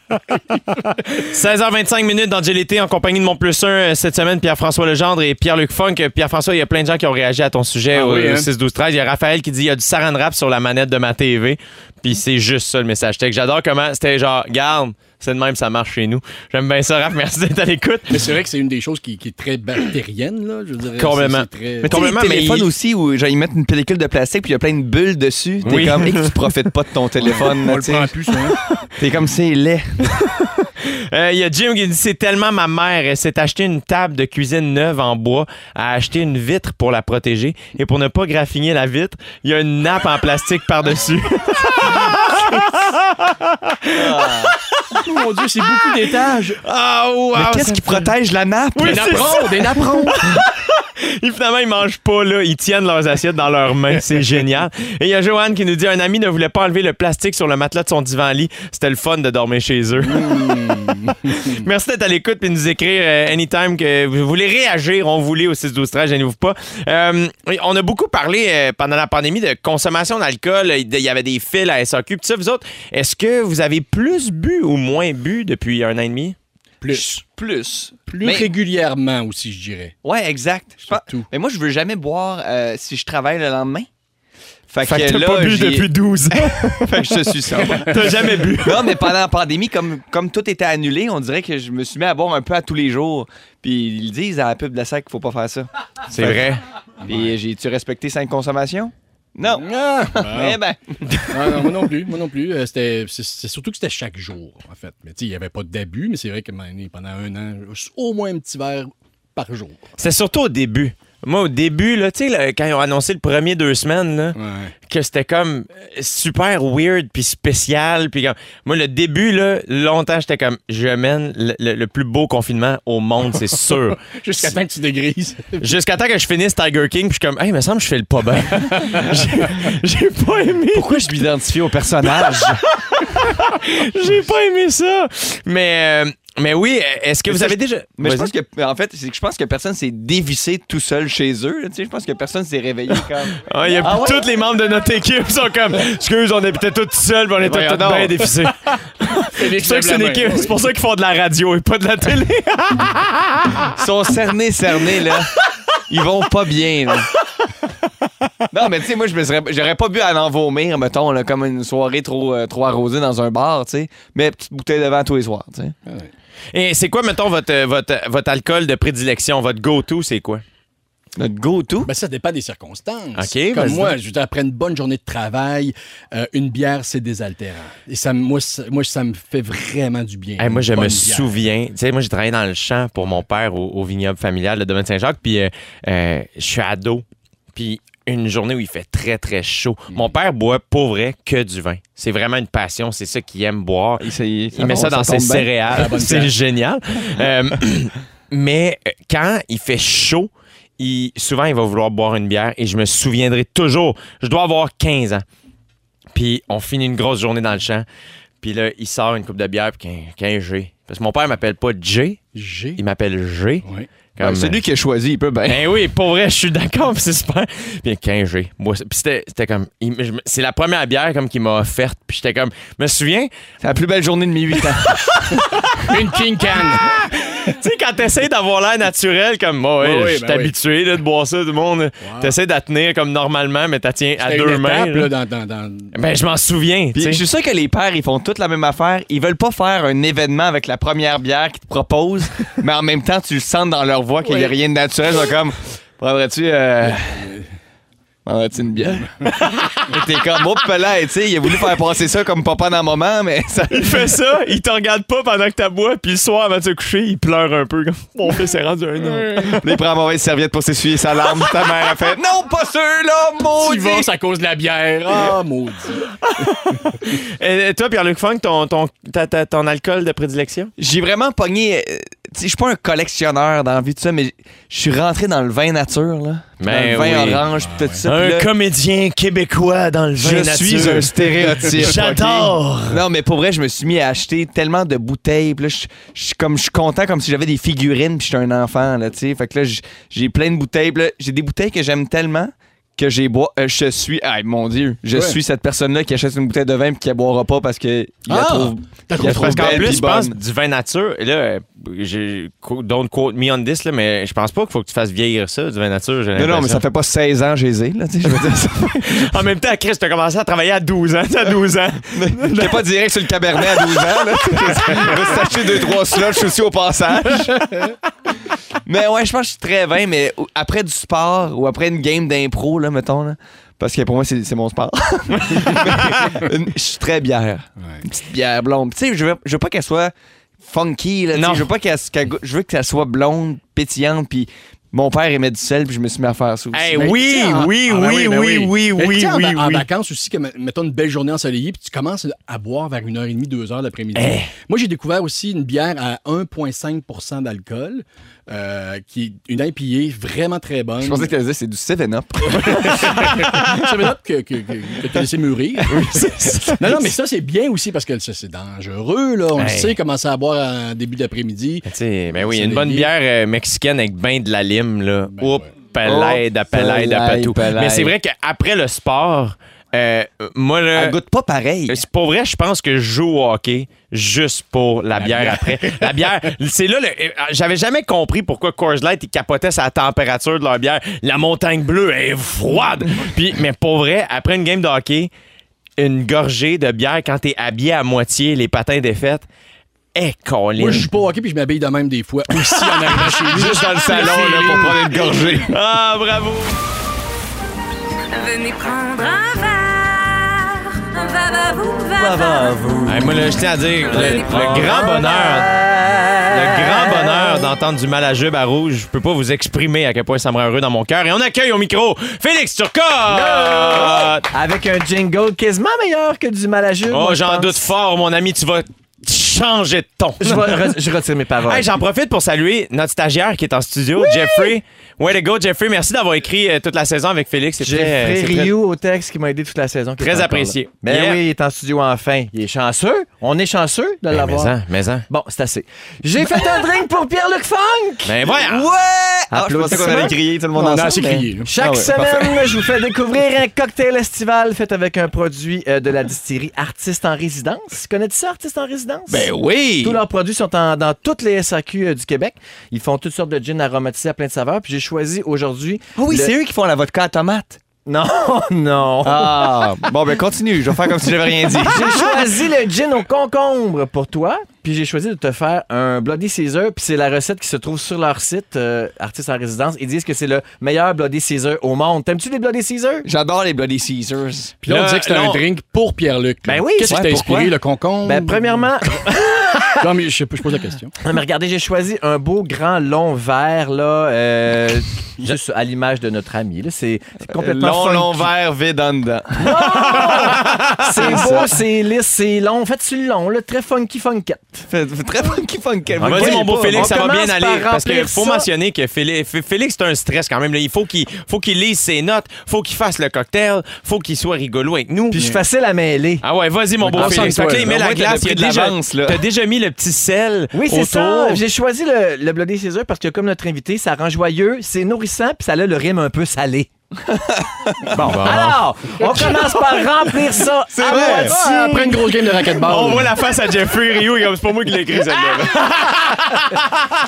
16h25 minutes dans GLT en compagnie de mon plus 1 cette semaine, Pierre-François Legendre et Pierre-Luc Funk. Euh, Pierre-François, il y a plein de gens qui ont réagi à ton sujet Ah au, euh, oui, hein? 6-12-13. Il y a Raphaël qui dit il y a du saran wrap sur la manette de ma TV. Puis c'est juste ça le message texte. J'adore comment c'était genre, garde, c'est de même, ça marche chez nous. J'aime bien ça, Raph, merci d'être à l'écoute. Mais c'est vrai que c'est une des choses qui, qui est très bactérienne, là. Je dirais. Complètement. C'est- c'est très- Mais Tu sais, Complètement, les mais téléphones il- aussi où genre, ils mettent une pellicule de plastique puis il y a plein de bulles dessus. T'es Oui. comme, et que tu profites pas de ton téléphone. on là, le tu sais. prend plus, ça. hein. T'es comme, c'est laid. Euh, Il y a Jim qui dit c'est tellement ma mère. Elle s'est acheté une table de cuisine neuve en bois, a acheté une vitre pour la protéger et pour ne pas graffiner la vitre, il y a une nappe en plastique par-dessus. Oh mon Dieu, c'est beaucoup d'étages. Ah wow, Mais qu'est-ce ça qui me fait- protège la nappe? Oui, Des c'est ça. napperons, des napperons. Et finalement, ils mangent pas, là. Ils tiennent leurs assiettes dans leurs mains. C'est génial. Et il y a Joanne qui nous dit un ami ne voulait pas enlever le plastique sur le matelas de son divan-lit. C'était le fun de dormir chez eux. Mmh. Merci d'être à l'écoute et de nous écrire euh, anytime que vous voulez réagir. On voulait au 6 12 13 gênez-vous pas. Euh, oui, on a beaucoup parlé euh, pendant la pandémie de consommation d'alcool. Il y avait des fils à SAQ. Puis ça, vous autres, est-ce que vous avez plus bu ou moins bu depuis un an et demi? Plus. Plus. Plus Mais- régulièrement aussi, je dirais. Ouais, exact. Je pense- Surtout. Mais moi, je veux jamais boire euh, si je travaille le lendemain. Fait, Fait que t'as là, pas bu j'ai- depuis 12 ans. fait que je te suis ça. T'as jamais bu. Non, mais pendant la pandémie, comme, comme tout était annulé, on dirait que je me suis mis à boire un peu à tous les jours. Puis ils disent à la pub de la SAC qu'il faut pas faire ça. C'est vrai. Puis j'ai-tu respecté cinq consommations? Non. Ah, Eh ben, Ah, non, moi non plus, moi non plus. Euh, c'était, c'est, c'est surtout que c'était chaque jour, en fait. Mais tu sais, il n'y avait pas d'abus, mais c'est vrai que à un moment donné, pendant un an, au moins un petit verre par jour. C'était surtout au début. Moi, au début, là, tu sais, là, quand ils ont annoncé le premier deux semaines, là, Ouais. que c'était comme euh, super weird puis spécial. Puis comme- Moi, le début, là, longtemps, j'étais comme, je mène le, le- le plus beau confinement au monde, c'est sûr. Jusqu'à temps que tu dégrises. Jusqu'à temps que je finisse Tiger King, puis je suis comme, hey, il me semble que je fais le pas bien. J'ai- J'ai pas aimé. pourquoi je m'identifie au personnage? J'ai pas aimé ça. Mais, euh, mais oui, est-ce que Mais vous ça, avez je- déjà. Mais je Vas-y. pense que, en fait, c'est que je pense que personne s'est dévissé tout seul chez eux. là, tu sais, je pense que personne s'est réveillé comme. Ah, il y a Ah ouais? tous les membres de notre équipe sont comme, excuse, on habitait tous seuls, puis on était tous Voyons donc. bien déficés. C'est C'est pour ça que c'est une équipe- c'est pour ça qu'ils font de la radio et pas de la télé. Ils sont cernés, cernés, là. Ils vont pas bien, là. Non, mais tu sais, moi, je me serais- j'aurais pas bu à en vomir, mettons, là, comme une soirée trop, euh, trop arrosée dans un bar, tu sais. Mais petite bouteille de vin tous les soirs, tu sais. Et c'est quoi, mettons, votre, euh, votre, votre alcool de prédilection? Votre go-to, c'est quoi? Notre go-to. Ben, ça dépend des circonstances. OK, Comme vas-y. moi, je veux dire, après une bonne journée de travail, euh, une bière, c'est désaltérant. Et ça, me- moi, ça, moi, ça me fait vraiment du bien. Hey, moi, une je bonne me bière. souviens. Tu sais, moi, j'ai travaillé dans le champ pour mon père au, au vignoble familial, le domaine Saint-Jacques. Puis, euh, euh, je suis ado. Puis, une journée où il fait très, très chaud. Mon père boit, pour vrai, que du vin. C'est vraiment une passion. C'est ça qu'il aime boire. Il, ça y est, Il met ça dans ses tombe bien. céréales. C'est génial. Euh, mais euh, quand il fait chaud, il- souvent, il va vouloir boire une bière et je me souviendrai toujours. Je dois avoir 15 ans. Puis on finit une grosse journée dans le champ. Puis là, il sort une coupe de bière, puis qu'un- qu'un G. Parce que mon père m'appelle pas J, J'ai. il m'appelle G. Ouais. Ouais, Comme, celui qui a choisi, il peut bien. ben oui, pour vrai, je suis d'accord, puis c'est super. Puis 15 G. Moi, c'est- puis c'était c'était comme. il- je me- C'est la première bière comme qu'il m'a offerte. Puis j'étais comme. Je me souviens, C'est la plus belle journée de mes 8 ans. Une King Can. Tu sais, quand t'essayes d'avoir l'air naturel, comme moi, Oui, oui, je suis ben oui. habitué là, de boire ça, tout le monde. T'essayes de la tenir comme normalement, mais t'as tiens à C'était une deux mains. étape, là. là, dans, dans, dans- Ben, je m'en souviens. tu Puis je sais. suis sûr que les pères, ils font toutes la même affaire. Ils veulent pas faire un événement avec la première bière qu'ils te proposent, mais en même temps, tu le sens dans leur voix qu'il y a rien de naturel. Ils sont comme, prendrais-tu. Euh... prendrais-tu une bière? Et t'es comme, oh, là, tu sais, il a voulu faire passer ça comme papa dans le moment, mais ça. Il fait ça, il te regarde pas pendant que t'as bois, puis le soir avant de se coucher, il pleure un peu. Comme mon fils est rendu un homme. Il prend la mauvaise serviette pour s'essuyer sa larme. Ta mère a fait, non, pas ceux-là, Tu vas, maudit! c'est à cause de la bière. Ah, maudit. Et et toi, Pierre-Luc Funk, ton, ton, ta- ta- ton alcool de prédilection? J'ai vraiment pogné. euh, tu sais, Je suis pas un collectionneur dans la vie, de ça, mais je suis rentré dans le vin nature, là. Ben dans le vin oui. orange, pis tout ça. puis là, comédien québécois dans le je suis un stéréotype. J'adore. ok? Non, mais pour vrai, je me suis mis à acheter tellement de bouteilles. Puis là, je- je suis comme je suis content comme si j'avais des figurines puis j'étais un enfant là, tu sais. Fait que là, j- j'ai plein de bouteilles. Puis là, j'ai des bouteilles que j'aime tellement que j'ai bois. euh, je suis, ah mon dieu, je Ouais. suis cette personne-là qui achète une bouteille de vin puis qui la boira pas parce que il la Ah! trouve. T'as Il y trouvé a trop Parce qu'en belle plus, puis je pense bonne. du vin nature. Et là, euh, j'ai- don't quote me on this, là, mais je pense pas qu'il faut que tu fasses vieillir ça, du vin nature. j'ai Non, non, mais l'impression. ça fait pas 16 ans j'ai zé, là, tu sais. Je veux dire, ça- En même temps, Chris, t'as commencé à travailler à 12 ans. T'as 12 ans. J'étais pas direct sur le cabernet à 12 ans. Là. Je acheté deux, trois slots aussi au passage. mais ouais, je pense que je suis très vain, mais ou- après du sport ou après une game d'impro, là, mettons, là, parce que pour moi, c'est c'est mon sport. Mais une- Je suis très bière. Une petite bière blonde. Puis Tu sais, je veux, je veux pas qu'elle soit funky. Là, tu sais, Non. Je veux pas qu'elle qu'elle go- je veux qu'elle soit blonde, pétillante, puis... Mon père aimait du sel, puis je me suis mis à faire ça aussi. Hey, Mais Eh oui, tu sais, en- oui, ah, ben oui, ben oui, oui, Mais oui, tu sais, en- oui, En oui. vacances aussi, que, mettons une belle journée ensoleillée, puis tu commences à boire vers 1h30, 2h l'après-midi. Eh. Moi, j'ai découvert aussi une bière à 1,5 d'alcool, euh, qui est une IPA vraiment très bonne. Je pensais que t'allais dire, c'est du 7-up. Ça veut dire que, que, que- que t'as laissé mûrir. non, non, mais ça, c'est bien aussi parce que ça, c'est dangereux. Là. On le Hey. sait, commencer à boire en début d'après-midi. Tu sais, ben oui, C'est une des bonne liens. bière euh, mexicaine avec bain de la lime, là. Ben Oups, ouais. palaide, à Oh, palaide, à palaide, patou. palaide. Mais c'est vrai qu'après le sport, euh, moi, là. Elle goûte pas pareil. C'est pour vrai, je pense que je joue au hockey juste pour la, bière, après. La bière, c'est là, le- euh, j'avais jamais compris pourquoi Coors Light, ils capotaient sa température de leur bière. La montagne bleue elle est froide. Puis, mais pour vrai, après une game de hockey, une gorgée de bière quand t'es habillé à moitié, les patins eh, défaites, est Moi, je suis pas hockey puis je m'habille de même des fois aussi en arrivant chez lui. Juste dans le salon, là, pour prendre une gorgée. Ah, bravo! Venez prendre un verre, va va vous, va va vous. Hey, moi, là, je tiens à dire, le, le grand bonheur, le grand bonheur d'entendre du mal à jube à rouge, je peux pas vous exprimer à quel point ça me rend heureux dans mon cœur. Et on accueille au micro Félix Turcotte! Avec un jingle quasiment meilleur que du mal à jus, Oh, moi, je j'en pense. doute fort, mon ami, tu vas changer de ton. Je, vais- re- je retire mes paroles. Hey, j'en profite pour saluer notre stagiaire qui est en studio, Jeffrey. Way to go, Jeffrey. Merci d'avoir écrit euh, toute la saison avec Félix. C'est J'ai très, euh, Fré c'est très- Rioux au texte qui m'a aidé toute la saison. qui Très est encore apprécié. là. Ben Yeah. oui, il est en studio enfin. Il est chanceux. On est chanceux de Ben, l'avoir. mais-en, mais-en. Bon, c'est assez. J'ai fait un drink pour Pierre-Luc Funk! Ben, voyons. Ouais! Ah, je pensais qu'on allait crier tout le monde On a ensemble. assez mais- crié. là. Chaque Ah ouais, semaine, je vous fais découvrir un cocktail estival fait avec un produit euh, de la distillerie Artiste en résidence. Connais-tu ça, Artiste en résidence? Ben oui! Tous leurs produits sont en- dans toutes les SAQ euh, du Québec. Ils font toutes sortes de gins aromatisés à plein de saveurs. Puis j'ai choisi aujourd'hui. Ah oui, le- c'est eux qui font la vodka à tomate. Non, non. Ah, bon, ben continue, je vais faire comme si j'avais rien dit. J'ai choisi le gin au concombre pour toi, puis j'ai choisi de te faire un Bloody Caesar, puis c'est la recette qui se trouve sur leur site, euh, Artistes en résidence. Ils disent que c'est le meilleur Bloody Caesar au monde. T'aimes-tu les Bloody Caesar? J'adore les Bloody Caesars. Puis là, on Le- disait que c'était non. un drink pour Pierre-Luc. Ben oui, Qu'est-ce ouais, qui t'a pourquoi? inspiré, le concombre? Ben, Euh, premièrement, Non, mais je, sais pas, je pose la question. mais regardez, j'ai choisi un beau grand long verre, là, euh, juste à l'image de notre ami. là. C'est c'est complètement Euh, Long, funky. long verre vide en dedans. C'est beau, c'est lisse, c'est long. En fait, c'est long, là, très funky funkette. Fait- fait Très funky funky. Vas-y, Ouais, mon beau pas, Félix, ça on va bien commence par aller. Parce qu'il remplir faut ça. mentionner que Félix, F- Félix, c'est un stress quand même. là. Il faut qu'il faut qu'il lise ses notes, faut qu'il fasse le cocktail, faut qu'il soit rigolo avec nous. Puis je suis facile à mêler. Ah ouais, vas-y, mon beau Concentre-toi, Félix. Fait que là, il là. met Au la moins, t'as glace, le il a prix de déjà, l'avance, là. t'as déjà mis le petit sel Oui, c'est autour. ça. J'ai choisi le, le Bloody Caesar parce que, comme notre invité, ça rend joyeux, c'est nourrissant, puis ça a le rime un peu salé. bon, alors, on commence par remplir ça à vrai. moitié. Ah, après une grosse game de Ah, On racquetball. voit la face à Jeffrey Rio, il est comme c'est pas moi qui l'ai écrit celle-là.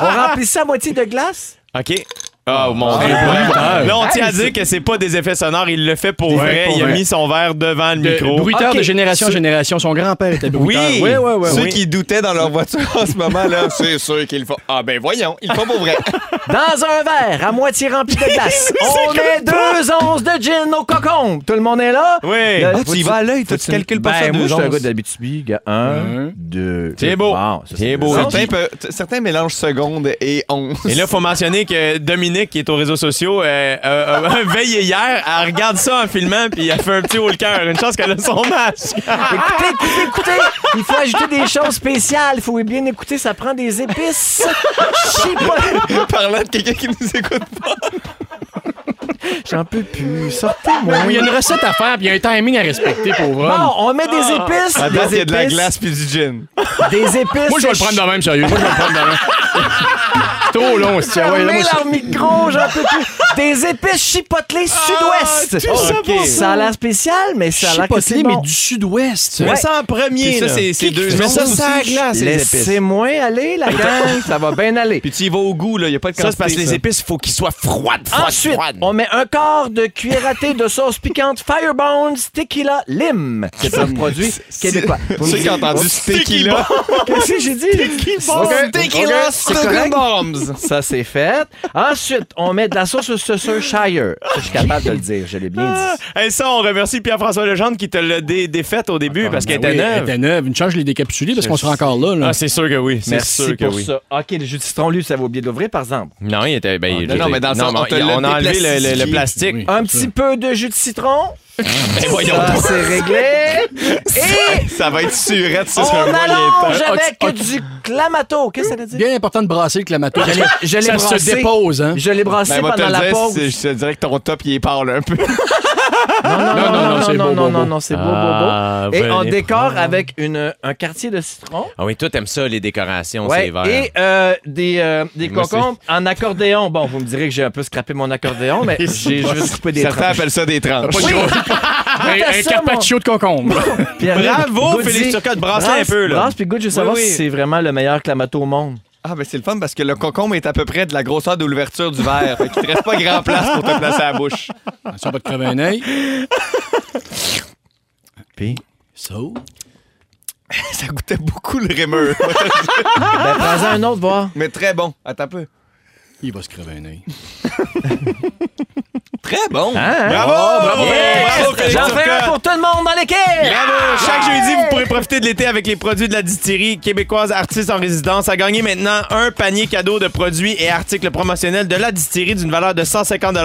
On remplit ça à moitié de glace. OK. Oh mon dieu. Là, on tient à dire que c'est pas des effets sonores, il le fait pour vrai. pour Il a vrai. mis son verre devant le de, micro. bruiteur Ok, de génération en ce- génération. Son grand-père était Oui, bruiteur. oui, oui, Ceux oui. qui doutaient dans leur voiture en ce moment, là, c'est sûr qu'ils le font. Ah ben voyons, ils le font pour vrai. Dans un verre à moitié rempli de glace. on met deux onces de gin au cocon. Tout le monde est là? Oui. Là, Ah, faut tu y que vas à l'œil, toi, tu Ben, calcules pas ça moi, deux je suis un onces. gars d'Abitibi, gars. Un, Un. deux. C'est beau. Wow, ça, C'est beau. bizarre. Certains, pe- euh, t- certains mélangent secondes et onces. Et là, il faut mentionner que Dominique, qui est aux réseaux sociaux, euh, euh, euh, veille hier, elle regarde ça en filmant, puis elle fait un petit haut le cœur. Une chance qu'elle a son masque. Écoutez, écoutez, écoutez, il faut ajouter des choses spéciales. Il faut bien écouter, ça prend des épices. Je sais pas. Parlant de quelqu'un qui nous écoute pas. J'en peux plus. Sortez-moi. Oui, il y a une recette à faire, puis il y a un timing à respecter pour homme. Bon, on met des Ah. épices. À date, il Ah, des y a de la épices, glace puis du gin. Des épices. Moi, je vais le prendre de même, sérieux. Moi, je vais le prendre de même. Trop long, c'est Ah, Fermez ouais, là, moi, ça- leur micro, j'en peux plus. Des épices chipotelées sud-ouest. tout ça pour ça. ça a l'air spécial, mais ça a l'air que Chipotle, c'est bon. mais du sud-ouest. Mets Ouais. ça en premier. Puis ça, là. c'est- c'est Qui- deux Mets ça onces ça aussi. glace, les épices. Ah, Laissez-moi aller, la gang. Ça va bien aller. Puis tu y vas au goût, là, il n'y a pas de Ça, quantité. c'est parce que les ça. épices, il faut qu'ils soient froides, froides, Ensuite, froides. on met un quart de cuillère à thé de sauce piquante Firebones Tequila Lime, qui est un produit québécois. Vous me Ceux qui dites- ont entendu Steaky-là. Qu'est-ce que j'ai dit? Ok, ok, c'est correct. Bombs. Ça, c'est fait. Ensuite, on met de la sauce au Worcestershire. Ça, Je suis capable de le dire, je l'ai bien dit. Et ça, on remercie Pierre-François Legendre qui te l'a dé- défaite au Ah, début parce qu'elle Ben était oui, elle neuve. était neuve. Une chance, je l'ai décapsulée parce qu'on sera encore là. là. Ah, c'est sûr que oui. C'est Merci sûr que pour oui. ça. OK, le jus de citron, lui, ça va oublier de l'ouvrir, par exemple. Non, il était. Ben, il- Ah, non, non, mais dans le sens, on te il- l'a on a enlevé le, le- le déplastifié. plastique. Oui. Un petit peu de jus de citron. Ben, voyons Ça, donc. c'est réglé. Et Ah, Ça va être surette, ça, on sur un moyen allonge temps. avec Ok, ok. du clamato. Qu'est-ce que ça veut dire? Bien important de brasser le clamato. Je l'ai- je l'ai Ça brassé. se dépose, hein? Je l'ai brassé Ben, moi, te pendant la le dire, pause. c'est- je te dirais que ton top, il est parle un peu. Non, non, non, non, c'est non, beau, non, beau, non, beau. non, c'est beau, Ah, beau, beau. Et on venez décore prendre. avec une, un quartier de citron. Ah oui, toi, t'aimes ça, les décorations, Ouais, c'est vert. et euh, des, euh, des Moi, c'est- concombres en accordéon. Bon, vous me direz que j'ai un peu scrappé mon accordéon, mais j'ai juste coupé des Certains tranches. appellent ça des tranches. Pas de gros- un un ça, mon- carpaccio de concombre. Pierre, Bravo, goûte-y. Félix Turcotte, brasse-la un Brasse- peu, là. Brasse, puis goûte, je veux Oui, savoir oui. si c'est vraiment le meilleur clamato au monde. Ah, ben c'est le fun parce que le concombre est à peu près de la grosseur de l'ouverture du verre. Fait qu'il te reste pas grand place pour te placer à la bouche. Attention, pas de crever un œil. Puis? So? Ça goûtait beaucoup le rémeur. Ben, Ah! prends-en un autre, voir. Mais très bon. Attends un peu. Il va se crever un œil. Très Bravo! bon. bravo! Bravo, Félix J'en ferai un Turcotte! pour tout le monde dans l'équipe! Bravo! Chaque jeudi, vous pourrez profiter de l'été avec les produits de la distillerie québécoise Artistes en résidence. À gagner maintenant un panier cadeau de produits et articles promotionnels de la distillerie d'une valeur de 150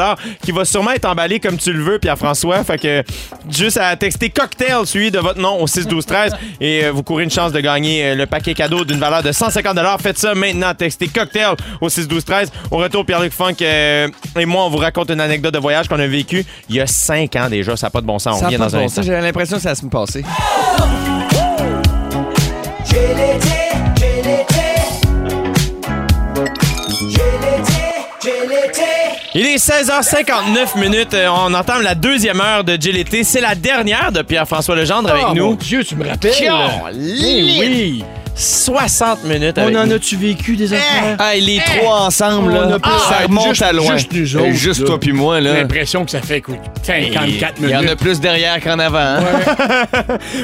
qui va sûrement être emballé comme tu le veux, Pierre-François. Fait que juste à texter cocktail suivi de votre nom au 6-12-13 et euh, vous courez une chance de gagner euh, le paquet cadeau d'une valeur de 150 Faites ça maintenant. Textez cocktail au 6-12-13. Au retour, Pierre-Luc Funk euh, et moi, on vous raconte une anecdote de voyage qu'on a vécu il y a 5 ans déjà. Ça n'a pas de bon sens. On revient dans un instant. J'avais l'impression que ça se me passait. Il est 16h59 minutes. Euh, On entame la deuxième heure de GLT. C'est la dernière de Pierre-François Legendre avec Oh, Mon nous. Dieu, tu me rappelles. Tiens, Eh oui. 60 minutes On avec en nous. a-tu vécu des affaires? Hey, les trois ensemble, On là, a pas- ça Ah, remonte juste- à loin. juste nous autres, Et juste là. toi puis moi, J'ai là. l'impression que ça fait écoute, 54 Il y en a minutes. plus derrière qu'en avant. hein.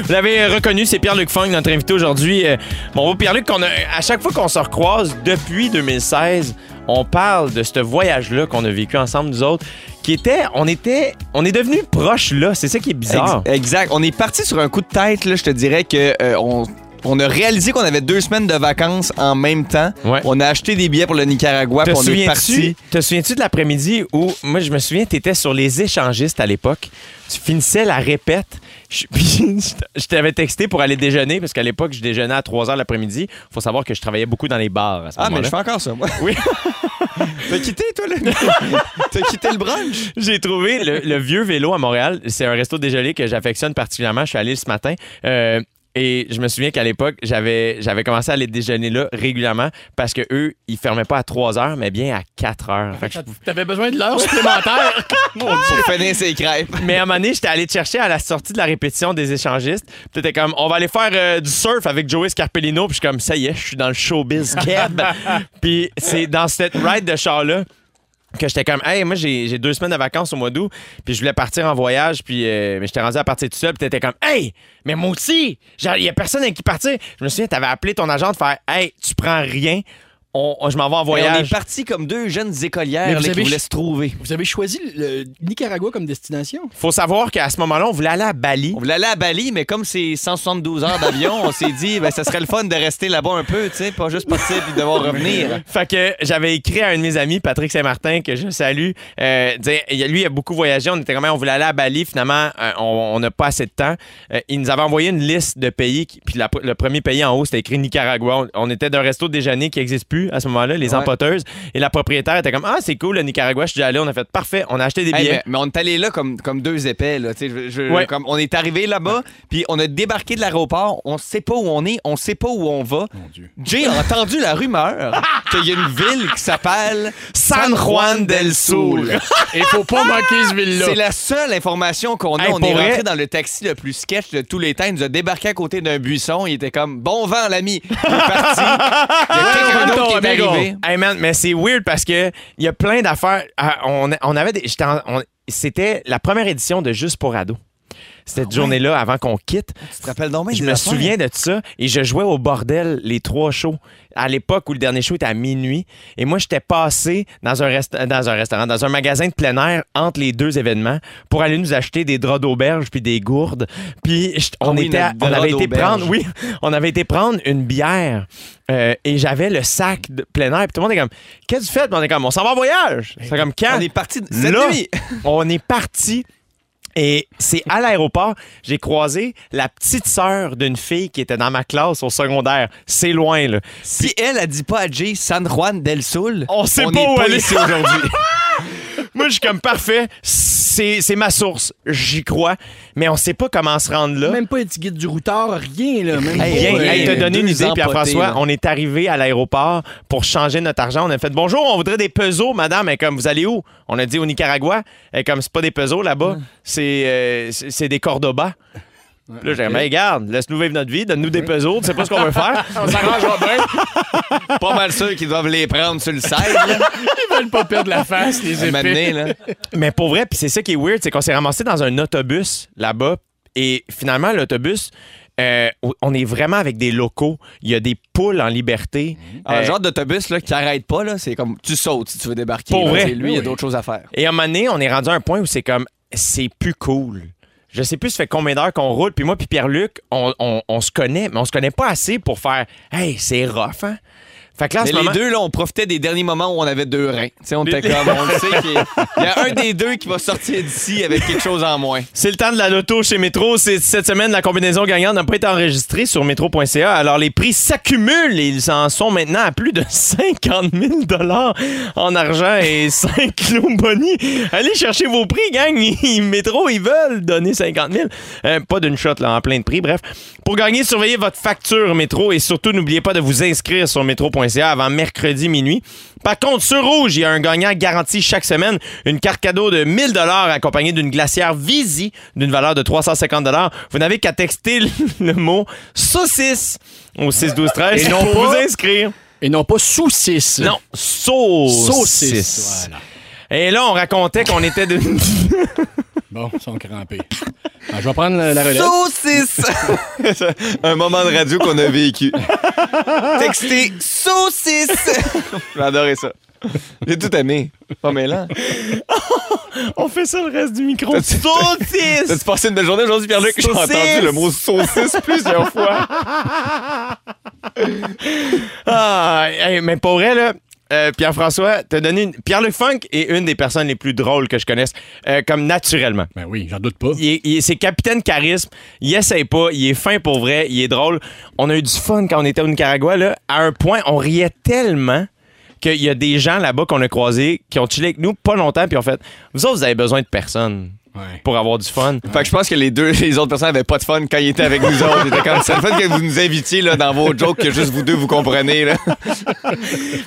Vous l'avez reconnu, c'est Pierre-Luc Funk, notre invité aujourd'hui. Euh, Bon, Pierre-Luc, qu'on a- à chaque fois qu'on se recroise depuis 2016, on parle de ce voyage-là qu'on a vécu ensemble, nous autres, qui était, on était, on est devenus proches là. C'est ça qui est bizarre. Ex- exact. On est parti sur un coup de tête, là, je te dirais que euh, on. on a réalisé qu'on avait deux semaines de vacances en même temps. Ouais. On a acheté des billets pour le Nicaragua, Te Ah, puis on est souviens-tu, parti. te souviens-tu de l'après-midi où, moi, je me souviens, tu étais sur les échangistes à l'époque. Tu finissais la répète. Je, puis, je t- je t'avais texté pour aller déjeuner, parce qu'à l'époque, je déjeunais à 3 h l'après-midi. Faut savoir que je travaillais beaucoup dans les bars à ce Ah, mais moment-là. je fais encore ça, moi. Oui. T'as quitté, toi, le. T'as quitté le brunch. J'ai trouvé le, le vieux vélo à Montréal. C'est un resto dégelé que j'affectionne particulièrement. Je suis allé ce matin. Euh, et je me souviens qu'à l'époque, j'avais, j'avais commencé à aller déjeuner là régulièrement parce que eux, ils fermaient pas à 3 heures, mais bien à 4 heures. Fait que je- T'avais besoin de l'heure supplémentaire. Mon Dieu. Pour finir ses crêpes. mais à un moment donné, j'étais allé te chercher à la sortie de la répétition des échangistes. Puis t'étais comme, on va aller faire euh, du surf avec Joey Scarpellino. Puis je suis comme, ça y est, je suis dans le showbiz cab. Puis c'est dans cette ride de char-là que j'étais comme, hey, moi, j'ai j'ai deux semaines de vacances au mois d'août, puis je voulais partir en voyage, puis euh, mais j'étais rendu à partir tout seul, puis t'étais comme, hey, mais moi aussi, il y a personne avec qui partir. Je me souviens, t'avais appelé ton agent de faire, hey, tu prends rien, on, on- je m'en vais en Et on voyage. est parti comme deux jeunes Mais écolières vous là, qui avez- voulaient se trouver. Vous avez choisi le Nicaragua comme destination? Faut savoir qu'à ce moment-là, on voulait aller à Bali. On voulait aller à Bali, mais comme c'est 172 heures d'avion, on s'est dit, ben, ça serait le fun de rester là-bas un peu, tu sais, pas juste partir puis devoir revenir. Fait que j'avais écrit à un de mes amis, Patrick Saint-Martin, que je salue. Euh, dire- il- lui, il a beaucoup voyagé. On était quand même, on voulait aller à Bali. Finalement, euh, on on n'a pas assez de temps. Euh, il nous avait envoyé une liste de pays. qui- puis la- le premier pays en haut, c'était écrit Nicaragua. On, on était d'un resto déjeuner qui n'existe plus à ce moment-là, les Ouais. empoteuses. Et la propriétaire était comme Ah, c'est cool, le Nicaragua, je suis déjà allé. On a fait parfait. On a acheté des Hey, billets. mais, Eh ben, mais on est allé là comme, comme deux épais. Là, tu sais, je- je- Eh Ouais. comme, on est arrivé là-bas, puis on a débarqué de l'aéroport. On sait pas où on est, on sait pas où on va. Mon Dieu. Jay a entendu la rumeur qu'il y a une ville qui s'appelle San Juan del Sur. Et faut pas manquer ce C'est ville-là. la seule information qu'on a. Hey, on pour est vrai? rentré dans le taxi le plus sketch de tous les temps. Il nous a débarqué à côté d'un buisson. Il était comme Bon vent, l'ami. Il est parti. Il y a quelqu'un Welcome d'autre to qui est Amigo. arrivé. Hey man, mais c'est weird parce que il y a plein d'affaires. Ah, on, on avait des- j'étais en- on- c'était la première édition de Juste pour ados. Cette Ah journée-là, avant qu'on quitte, Tu te rappelles donc bien je des me affaires? souviens de ça et je jouais au bordel les trois shows à l'époque où le dernier show était à minuit et moi j'étais passé dans un, resta- dans un restaurant, dans un magasin de plein air entre les deux événements pour aller nous acheter des draps d'auberge puis des gourdes puis je- on Ah oui, était à- notre on drap avait été d'auberge. prendre oui on avait été prendre une bière euh, et j'avais le sac de plein air puis tout le monde est comme qu'est-ce que tu fais Puis on est comme on s'en va en voyage c'est comme quand Ben, On est parti de- cette Là, nuit. on est parti. Et c'est à l'aéroport, j'ai croisé la petite sœur d'une fille qui était dans ma classe au secondaire. C'est loin, là. Si elle a dit pas à Jay San Juan del Sul, On sait on pas est où aller. ici aujourd'hui. Moi, je suis comme parfait. C'est c'est ma source. J'y crois. Mais on sait pas comment se rendre là. Même pas un petit guide du routard, rien, là. Même Hey, pas, Bien, Ouais, hey, euh, te donner une deux idée, empotés, Pierre-François, là. on est arrivé à l'aéroport pour changer notre argent. On a fait bonjour, on voudrait des pesos, madame. Et comme vous allez où On a dit au Nicaragua. Et comme c'est pas des pesos là-bas, c'est euh, c'est c'est des Cordoba. Puis Là, j'ai dit, Ben, regarde, laisse-nous vivre notre vie, donne-nous des pesos, tu sais pas ce qu'on veut faire. on s'arrangera bien. pas mal sûr qu'ils doivent les prendre sur le site. là, Ils veulent pas perdre la face, les à un moment donné, épées. là. Mais pour vrai, puis c'est ça qui est weird, c'est qu'on s'est ramassé dans un autobus là-bas et finalement l'autobus euh, on est vraiment avec des locaux, il y a des poules en liberté. Un Euh, Ah, genre d'autobus là, qui arrête pas, là, c'est comme tu sautes si tu veux débarquer. Pour là. vrai. C'est Lui, il y a Oui. d'autres choses à faire. Et à un moment donné, on est rendu à un point où c'est comme, c'est plus cool. Je sais plus, ça fait combien d'heures qu'on roule. Puis moi, puis Pierre-Luc, on, on- on se connaît, mais on se connaît pas assez pour faire, hey, c'est rough, hein? Fait que là, en Mais ce les moment, deux, là, on profitait des derniers moments où on avait deux reins. Tu sais, on était Les- comme, on le sait qu'il y a- il y a un des deux qui va sortir d'ici avec quelque chose en moins. c'est le temps de la loto chez Métro. C'est- Cette semaine, la combinaison gagnante n'a pas été enregistrée sur métro.ca. Alors, les prix s'accumulent et ils en sont maintenant à plus de 50 000 en argent et 5 kilos bonnie. Allez chercher vos prix, gang. Ils- Métro, ils veulent donner 50 000. Euh, pas d'une shot, là, en plein de prix. Bref, pour gagner, surveillez votre facture métro et surtout, n'oubliez pas de vous inscrire sur métro.ca avant mercredi minuit. Par contre, sur Rouge, il y a un gagnant garanti chaque semaine. Une carte cadeau de 1000 accompagnée d'une glacière Visi d'une valeur de 350 Vous n'avez qu'à texter le mot saucisse au 6 12 13 Et non pour pas- vous inscrire. Et non pas saucisse. Non, sauce. Saucisse. Voilà. Et là, on racontait qu'on était de Bon, ils sont crampés. Ah, je vais prendre la la relève. Saucisse! un moment de radio qu'on a vécu. Texté saucisse! J'ai adoré ça. J'ai tout aimé. Pas mêlant. On fait ça le reste du micro. T'as-tu- Saucisse. T'as-tu passé une belle journée aujourd'hui, Pierre-Luc? J'ai Saucisse! entendu le mot saucisse plusieurs fois. Ah, hey, mais pour vrai, là, euh, Pierre-François, t'as donné une... Pierre-Luc Funk est une des personnes les plus drôles que je connaisse, euh, comme naturellement. Ben oui, j'en doute pas. Il est- il est- c'est capitaine charisme. Il essaie pas. Il est fin pour vrai. Il est drôle. On a eu du fun quand on était au Nicaragua. Là, à un point, on riait tellement qu'il y a des gens là-bas qu'on a croisés qui ont chillé avec nous pas longtemps puis ont fait Vous autres, vous avez besoin de personne Ouais. pour avoir du fun. Fait que je pense que les deux, les autres personnes avaient pas de fun quand ils étaient avec nous autres. Ils étaient comme, c'est le fait que vous nous invitiez là, dans vos jokes que juste vous deux vous comprenez. Là.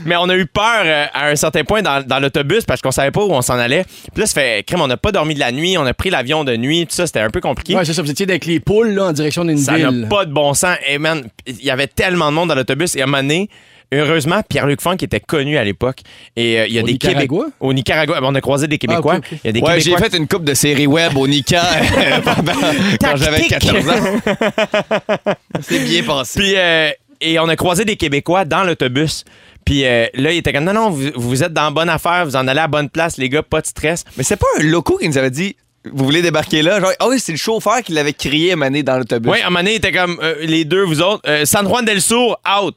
Mais on a eu peur euh, à un certain point dans, dans l'autobus parce qu'on savait pas où on s'en allait. Puis là, ça fait crème, on n'a pas dormi de la nuit, on a pris l'avion de nuit, tout ça, c'était un peu compliqué. Ouais, c'est ça, vous étiez avec les poules là, en direction d'une Ça ville. n'a pas de bon sens. Et man, il y avait tellement de monde dans l'autobus. Et à un moment donné, heureusement, Pierre-Luc Funk était connu à l'époque. Et euh, il y a Au des Nicaragua? Québécois. Au Nicaragua. Ben, On a croisé des Québécois. Ah, ok, ok. Il y a des Ouais, j'ai Québécois. fait une coupe de série web au Nika euh, pendant- quand j'avais Tactique. 14 ans. C'est bien passé. Puis, euh, et on a croisé des Québécois dans l'autobus. Puis euh, là, il était comme, non, non, vous, vous êtes dans la bonne affaire, vous en allez à la bonne place, les gars, pas de stress. Mais c'est pas un loco qui nous avait dit Vous voulez débarquer là Genre, ah oui, c'est le chauffeur qui l'avait crié à Mané dans l'autobus. Oui, à un moment donné, il était comme euh, les deux, vous autres. euh, San Juan del Sur, out.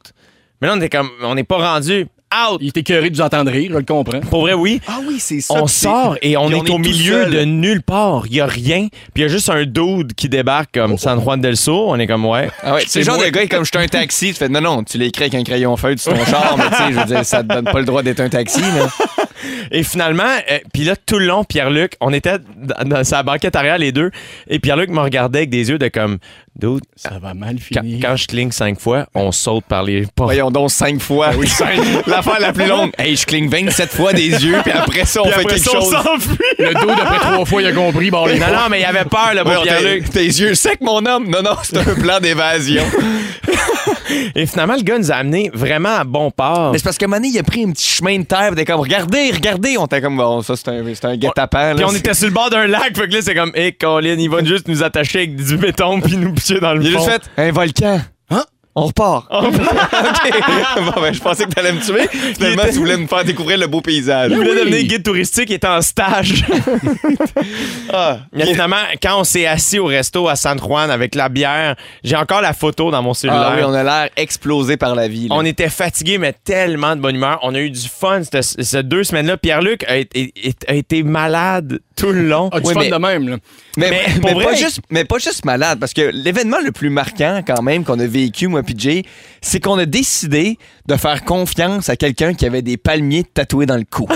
Mais là, on était comme, on n'est pas rendu. Out. Il était curé de vous entendre rire, je le comprends. Pour vrai, oui. Ah oui, c'est ça. On puis c'est- sort et on puis est, au tout milieu seul. de nulle part. Il y a rien. Puis il y a juste un dude qui débarque comme San Juan del Sur. On est comme, ouais. Ah ouais, c'est le genre moi. de gars, comme je suis un taxi, tu fais non, non, tu l'écris avec un crayon feuille sur ton char, mais tu sais, je veux dire, ça te donne pas le droit d'être un taxi, là. Et finalement, euh, puis là, tout le long, Pierre-Luc, on était dans, dans sa banquette arrière, les deux. Et Pierre-Luc me regardait avec des yeux de comme, dude, Ça va mal quand, finir. quand je cligne cinq fois, on saute par les portes. Voyons donc cinq fois. L'affaire la plus longue. Hey, je cligne 27 fois des yeux, puis après ça, on fait quelque chose. Le dos, d'après trois fois, il a compris. Bon, les Non, non, mais il avait peur, le bon Voyons, tes, Pierre-Luc. tes yeux secs, mon homme. Non, non, c'est un plan d'évasion. Et finalement, le gars nous a amenés vraiment à bon port. Mais c'est parce que Mané, il a pris un petit chemin de terre, puis t'es comme, regardez, regardez. On était comme, bon, ça, c'est un, c'est un guet-apens. là. Puis on C'est- était sur le bord d'un lac, fait que là, c'est comme, hé, Colin, ils vont juste nous attacher avec du béton puis nous pitcher dans le Il a fond. juste fait un volcan. Hein? On repart. OK. Bon, ben, je pensais que t'allais me tuer. Finalement, était- tu voulais me faire découvrir le beau paysage. Il voulait Oui. devenir guide touristique, il était en stage. Ah. Ah. Mais finalement, quand on s'est assis au resto à San Juan avec la bière, j'ai encore la photo dans mon cellulaire. Ah oui, on on... a l'air explosé par la vie. là. était fatigués, mais tellement de bonne humeur. On a eu du fun cette- ces deux semaines-là. Pierre-Luc a, été- a été malade tout le long. Ah, du Oui, fun mais- de même, là. Mais, Mais mais pour pas vrai- juste, mais pas juste malade, parce que l'événement le plus marquant quand même qu'on a vécu, moi puis Jay, c'est qu'on a décidé de faire confiance à quelqu'un qui avait des palmiers tatoués dans le cou.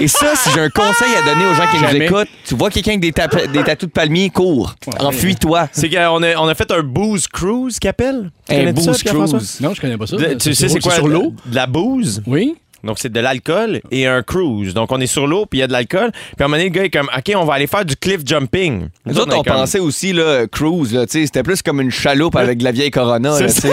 Et ça, si j'ai un conseil à donner aux gens qui nous Jamais. écoutent, tu vois quelqu'un avec des, tap- des tatous de palmiers, cours, enfuis-toi. C'est qu'on a, on a fait un booze cruise, qu'appelle? Tu Un connais-tu ça, booze Pierre-François? cruise. Non, je connais pas ça. De- Ça, tu sais, sur- c'est quoi? Sur de- l'eau? De la bouse. Oui. Donc, c'est de l'alcool et un cruise. Donc, on est sur l'eau, puis il y a de l'alcool. Puis à un moment donné, le gars est comme, OK, on va aller faire du cliff jumping. Nous autres, on est comme- pensait aussi, là, cruise, là, tu sais, c'était plus comme une chaloupe avec de la vieille Corona, là, tu C'est sais.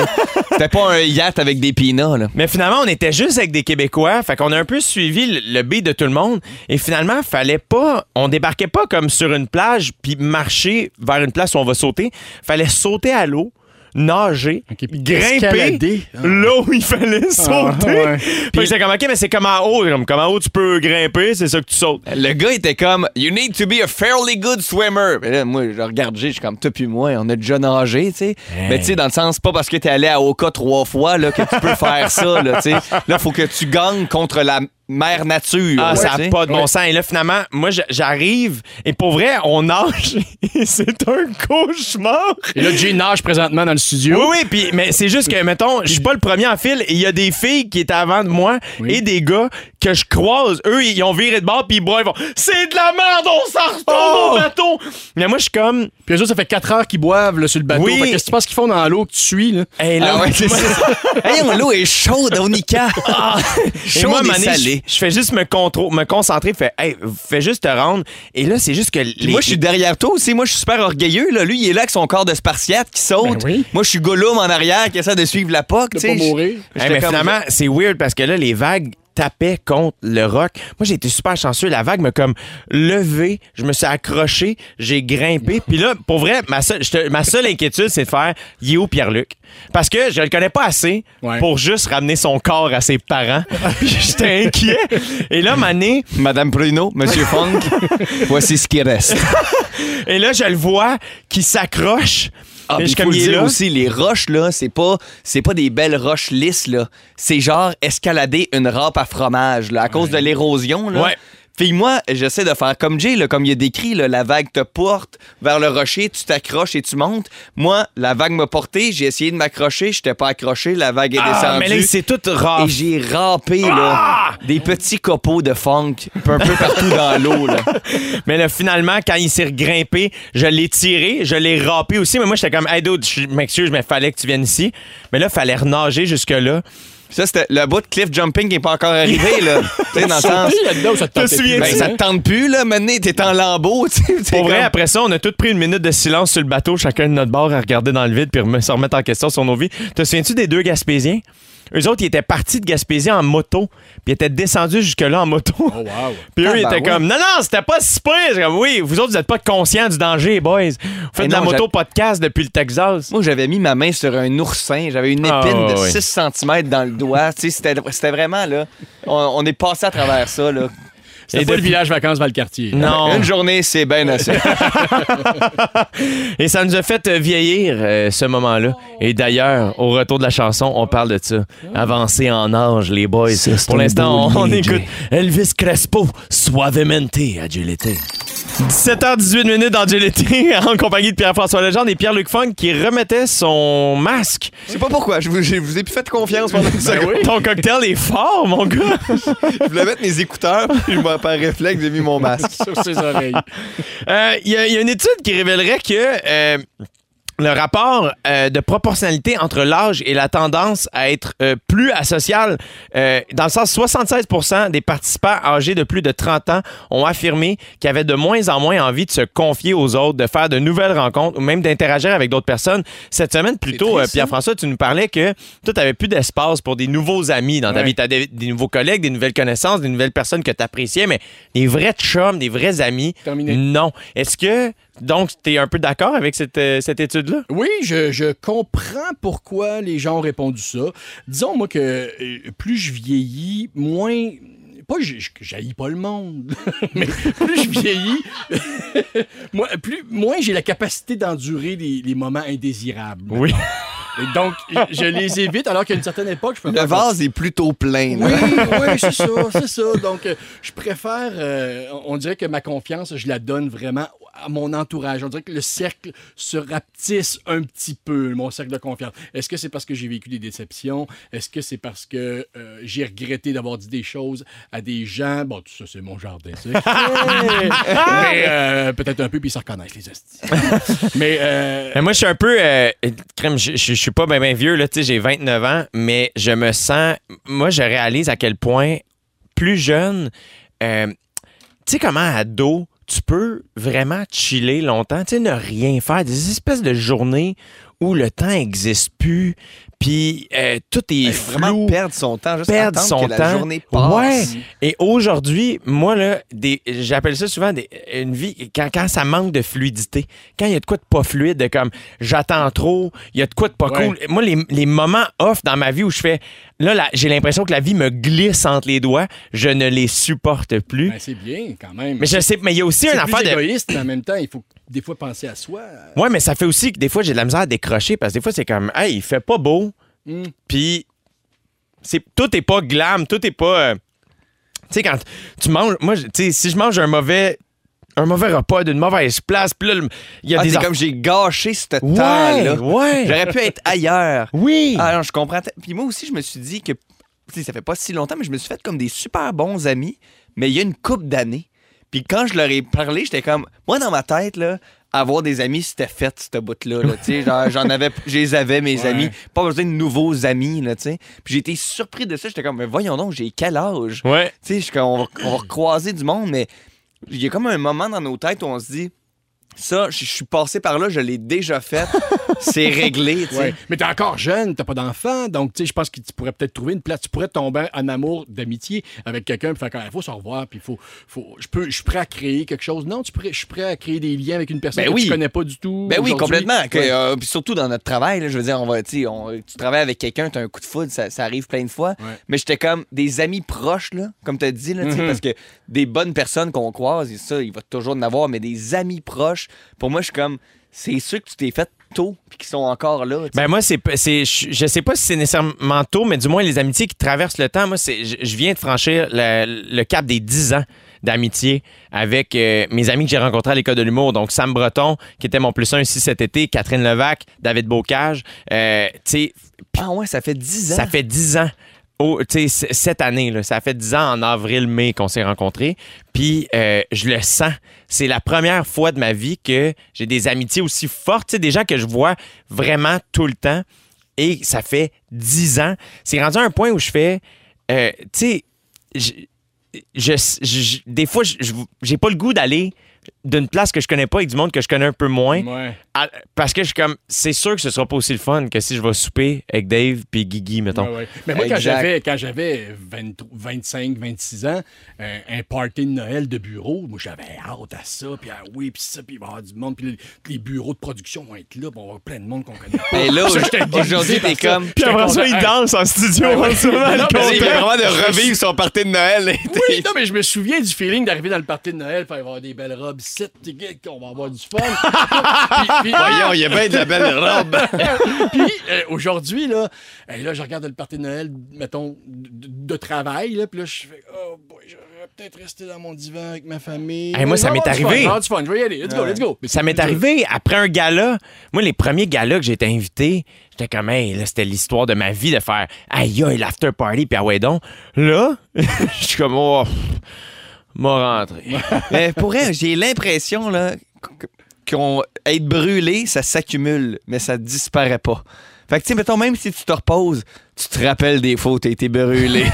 C'était pas un yacht avec des pinas, là. Mais finalement, on était juste avec des Québécois. Fait qu'on a un peu suivi le, le B de tout le monde. Et finalement, fallait pas. On débarquait pas comme sur une plage puis marcher vers une place où on va sauter. Fallait sauter à l'eau, nager, Ok, puis grimper. escalader. Ah. Là où il fallait sauter. ouais. Fait que j'étais comme, OK, mais c'est comme en haut. Comme, comme en haut, tu peux grimper, c'est ça que tu sautes. Le gars était comme You need to be a fairly good swimmer. Mais là, moi, je regarde Jay, je suis comme Toi puis moi, on a déjà nagé, tu sais. Mais tu sais, dans le sens, pas parce que t'es allé à Oka trois fois là, que tu peux faire ça, là, tu sais. Là, faut que tu gagnes contre la mère nature. Ah, là, ça tu n'a sais. pas de bon sens. Et là, finalement, moi, j- j'arrive et pour vrai, on nage et c'est un cauchemar. Et là, Jay nage présentement dans le studio. Oui, oui, puis, mais c'est juste que, mettons, je suis pas le premier en file et il y a des filles qui étaient avant de moi Oui. et des gars que je croise. Eux, ils ont viré de bord puis ils broient, ils font C'est de la merde, on s'en retourne Oh! au bateau. Mais moi, je suis comme. Puis eux autres, ça fait 4 heures qu'ils boivent là, sur le bateau. Oui. Fait que Qu'est-ce que tu penses qu'ils font dans l'eau que tu suis? Là? Hey, là, Ah ouais, c'est ça. hey, on, l'eau est chaude, on y Et moi, à un moment donné, je idée. Je fais juste me, contro- me concentrer, fais, hey, fais juste te rendre. Et là, c'est juste que. Puis les- moi, je suis derrière toi aussi. Moi, je suis super orgueilleux. Là. Lui, il est là avec son corps de spartiate qui saute. Ben oui. Moi, je suis Gollum en arrière qui essaie de suivre la POC. De pas mourir. Hey, mais finalement, c'est weird parce que là, les vagues tapaient contre le roc. Moi, j'ai été super chanceux. La vague m'a comme levé. Je me suis accroché. J'ai grimpé. Puis là, pour vrai, ma seule, je te- ma seule inquiétude, c'est de faire il est où Pierre-Luc? Parce que je le connais pas assez Ouais. pour juste ramener son corps à ses parents. Puis j'étais inquiet. Et là, Mané, Madame Pruno, Monsieur Funk, voici ce qui reste. et là, je le vois qui s'accroche. Ah, Et puis je suis faut comme, le il est dire là. aussi, les roches, là, c'est pas, c'est pas des belles roches lisses, là. C'est genre escalader une rampe à fromage, là, à cause de l'érosion, là. Ouais. Puis moi, j'essaie de faire comme Jay, là, comme il a décrit, là, la vague te porte vers le rocher, tu t'accroches et tu montes. Moi, la vague m'a porté, j'ai essayé de m'accrocher, j'étais pas accroché, la vague est Ah, descendue. mais là, c'est tout rare. Et j'ai rampé, Ah! là, des petits copeaux de funk un peu partout dans l'eau, là. Mais là, finalement, quand il s'est regrimpé, je l'ai tiré, je l'ai râpé aussi. Mais moi, j'étais comme, hey, dude, je m'excuse, mais fallait que tu viennes ici. Mais là, fallait renager jusque-là. Ça, c'était le bout de cliff jumping qui est pas encore arrivé, là. tu sais, dans le sens. Sauter là-dedans, ça te Te tentait plus, souviens-tu? Ben, hein? ça te tente plus, là. Maintenant, t'es en lambeau, tu sais. t'es Pour vrai, comme- après ça, on a tous pris une minute de silence sur le bateau, chacun de notre bord, à regarder dans le vide, puis rem- se remettre en question sur nos vies. Te souviens-tu des deux Gaspésiens? Eux autres, ils étaient partis de Gaspésie en moto, puis ils étaient descendus jusque-là en moto. Oh, wow. Puis eux, ils Ah, ben étaient comme, non, non, c'était pas si pire. J'étais comme, oui, vous autres, vous êtes pas conscients du danger, boys. Vous faites Eh de la non, moto podcast depuis le Texas. Moi, j'avais mis ma main sur un oursin. J'avais une épine Ah, ouais, de ouais. 6 cm dans le doigt. Tu sais, c'était c'était vraiment, là. On, on est passé à travers ça, là. C'était Et pas le depuis- village vacances vers le quartier. Non. Une journée, c'est bien assez. Et ça nous a fait euh, vieillir euh, ce moment-là. Et d'ailleurs, au retour de la chanson, on parle de ça. Avancer en âge, les boys. Pour l'instant, on, on écoute Elvis Crespo, Suavemente à GLT. 17h18 minutes dans GLT, en compagnie de Pierre-François Legendre et Pierre-Luc Funk qui remettait son masque. Je sais pas pourquoi. Je vous, je vous ai plus fait confiance pendant Ben une seconde. Ton cocktail est fort, mon gars. Je voulais mettre mes écouteurs, puis je m'en par réflexe, j'ai mis mon masque. Sur ses oreilles. Euh, Il y, a- il y a une étude qui révélerait que euh, le rapport euh, de proportionnalité entre l'âge et la tendance à être euh, plus asocial, euh, dans le sens 76 des participants âgés de plus de 30 ans ont affirmé qu'ils avaient de moins en moins envie de se confier aux autres, de faire de nouvelles rencontres ou même d'interagir avec d'autres personnes. Cette semaine, plutôt, euh, triste, Pierre-François, tu nous parlais que toi, tu n'avais plus d'espace pour des nouveaux amis dans ta Ouais. vie. Tu as des, des nouveaux collègues, des nouvelles connaissances, des nouvelles personnes que tu appréciais, mais des vrais chums, des vrais amis, Terminé. non. Est-ce que, donc, tu es un peu d'accord avec cette, euh, cette étude-là? Oui, je, je comprends pourquoi les gens ont répondu ça. Disons, moi, que euh, plus je vieillis, moins. Pas que je je- que j'haïs pas le monde, mais plus je vieillis, moi, plus, moins j'ai la capacité d'endurer les, les moments indésirables. Oui. Et donc, je les évite, alors qu'à une certaine époque, je peux Le faire- vase est plutôt plein, là. Oui, oui, c'est ça, c'est ça. Donc, euh, je préfère, euh, on dirait que ma confiance, je la donne vraiment à mon entourage. On dirait que le cercle se rapetisse un petit peu, mon cercle de confiance. Est-ce que c'est parce que j'ai vécu des déceptions? Est-ce que c'est parce que euh, j'ai regretté d'avoir dit des choses à des gens? Bon, tout ça, c'est mon jardin, tu sais. Mais euh, peut-être un peu, puis ils se reconnaissent, les estis. Mais euh, Mais moi, je suis un peu. euh, crème, je, je- je suis pas bien vieux, là, tu sais, j'ai 29 ans, mais je me sens. Moi, je réalise à quel point, plus jeune, euh, tu sais, comment ado, tu peux vraiment chiller longtemps, tu sais, ne rien faire, des espèces de journées où le temps n'existe plus, puis euh, tout est Vraiment flou. perdre son temps, juste perdre attendre son que temps. la journée passe. Ouais. Et aujourd'hui, moi là, des, j'appelle ça souvent des- une vie quand, quand ça manque de fluidité, quand il y a de quoi de pas fluide, de comme j'attends trop, il y a de quoi de pas Ouais. cool. Moi les, les moments off dans ma vie où je fais là, là, j'ai l'impression que la vie me glisse entre les doigts, je ne les supporte plus. ben, c'est bien, quand même. Mais je sais, mais il y a aussi c'est une plus affaire de égoïste, mais en même temps, il faut des fois penser à soi. Ouais, mais ça fait aussi que des fois, j'ai de la misère à décrocher parce que des fois, c'est comme, hey, il fait pas beau. Mm. Puis, c'est, tout est pas glam, tout est pas. euh, tu sais, quand tu manges. Moi, je- tu sais, si je mange un mauvais. Un mauvais repas d'une mauvaise place, puis là, le- il y a Ah, des. c'est aff- comme j'ai gâché ce ouais, temps-là. ouais. J'aurais pu être ailleurs. Oui. Ah non, je comprends. t- Puis moi aussi, je me suis dit que tu sais, ça fait pas si longtemps, mais je me suis fait comme des super bons amis, mais il y a une coupe d'années. Puis quand je leur ai parlé, j'étais comme, moi dans ma tête, là, avoir des amis, c'était fait, ce bout-là. là, tu sais. Genre, J'en avais, je les avais, mes Ouais. amis. Pas besoin de nouveaux amis, là, tu sais. Puis j'ai été surpris de ça. J'étais comme, mais voyons donc, j'ai quel âge? Ouais. Tu sais, je suis comme, on, va- on va recroiser du monde, mais il y a comme un moment dans nos têtes où on se dit, ça, je je suis passé par là, je l'ai déjà fait, c'est réglé, tu sais. Ouais. Mais t'es encore jeune, t'as pas d'enfant, donc tu sais, je pense que tu pourrais peut-être trouver une place, tu pourrais tomber en amour d'amitié avec quelqu'un, puis faire comme, il faut se revoir, puis faut, faut, je peux, je suis prêt à créer quelque chose. Non, tu pourrais, je suis prêt à créer des liens avec une personne Ben que oui. tu connais pas du tout. Ben oui, aujourd'hui. complètement. Que, Ouais. euh, puis surtout dans notre travail, là, je veux dire, on va, tu sais, on- tu travailles avec quelqu'un, tu as un coup de foudre, ça, ça arrive plein de fois. Ouais. Mais j'étais comme des amis proches, là, comme tu as dit, là, tu sais, parce que des bonnes personnes qu'on croise, et ça, il va toujours en avoir, mais des amis proches, pour moi, je suis comme, c'est ceux que tu t'es fait tôt, puis qui sont encore là. tu sais. Ben moi, c'est, pas- c'est, je je sais pas si c'est nécessairement tôt, mais du moins les amitiés qui traversent le temps, moi, c'est, je, je viens de franchir le, le cap des 10 ans d'amitié avec euh, mes amis que j'ai rencontrés à l'école de l'humour. Donc Sam Breton, qui était mon plus un ici cet été, Catherine Levac, David Bocage. Euh, tu sais, ah ouais, ça fait 10 ans. ça fait 10 ans. Oh, tu sais, c- cette année, là, ça fait 10 ans en avril-mai qu'on s'est rencontrés. Puis euh, je le sens. C'est la première fois de ma vie que j'ai des amitiés aussi fortes. Tu sais, des gens que je vois vraiment tout le temps. Et ça fait 10 ans. C'est rendu à un point où je fais. euh, tu sais, je, je- je- des fois, je- je- j'ai pas le goût d'aller d'une place que je connais pas avec du monde que je connais un peu moins. Ouais. Ah, parce que je suis comme, c'est sûr que ce sera pas aussi le fun que si je vais souper avec Dave puis Guigui, mettons. Ouais, ouais. Mais moi, quand Exact. j'avais, quand j'avais 23, 25, 26 ans, euh, un party de Noël de bureau, moi, j'avais hâte à ça, puis ah oui, puis ça, puis il va y avoir du monde, puis les, les bureaux de production vont être là, puis on va avoir plein de monde qu'on connaît pas. Et Ben là, Ça, j'étais aujourd'hui, dégoûté par t'es ça. comme. J'étais content. Hey, danse en studio en ce moment, le Vas-y, content. il vient vraiment de revivre son party de Noël. et t'es- Oui, non, mais je me souviens du feeling d'arriver dans le party de Noël, faire avoir des belles robes, sept on va avoir du fun. Puis- puis- ah, Voyons, il y a bien de la belle robe. Puis euh, aujourd'hui, là, euh, là, je regarde le party de Noël, mettons, de, de travail, là, puis là, je fais, oh boy, j'aurais peut-être resté dans mon divan avec ma famille. Ah, Hey, moi, ça On va m'est avoir du arrivé. fun, on va avoir du fun, je vais y aller, let's go, let's go. Ça m'est arrivé après un gala. Moi, les premiers galas que j'ai été invité, j'étais comme, hey, là, c'était l'histoire de ma vie de faire, aïe, aïe, l'after party, puis ah ouais donc. Là, je suis comme, oh, pff, m'a rentré. Mais pour vrai, j'ai l'impression là qu- qu'on être brûlé, ça s'accumule, mais ça disparaît pas. Fait que, tu sais, mettons, même si tu te reposes, tu te rappelles des fois où t'as été brûlé.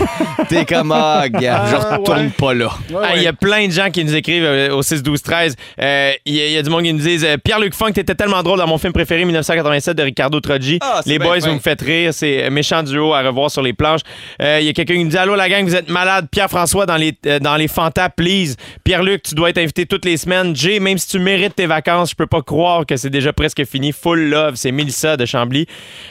T'es comme, ah, gars, je retourne pas là. Ouais, Ah, Il ouais. y a plein de gens qui nous écrivent euh, au 6 12 13. Euh, Il y, a- il y a du monde qui nous disent euh, Pierre-Luc Funk, t'étais tellement drôle dans mon film préféré 1987 de Ricardo Troggi. Ah, c'est les bien boys, fin. vous me faites rire. C'est euh, méchant duo à revoir sur les planches. Euh, Il y a quelqu'un qui nous dit Allô la gang, vous êtes malade. Pierre-François dans les euh, dans les Fantas, please. Pierre-Luc, tu dois être invité toutes les semaines. Jay, même si tu mérites tes vacances, je peux pas croire que c'est déjà presque fini. Full love, c'est Mélissa de Chambly.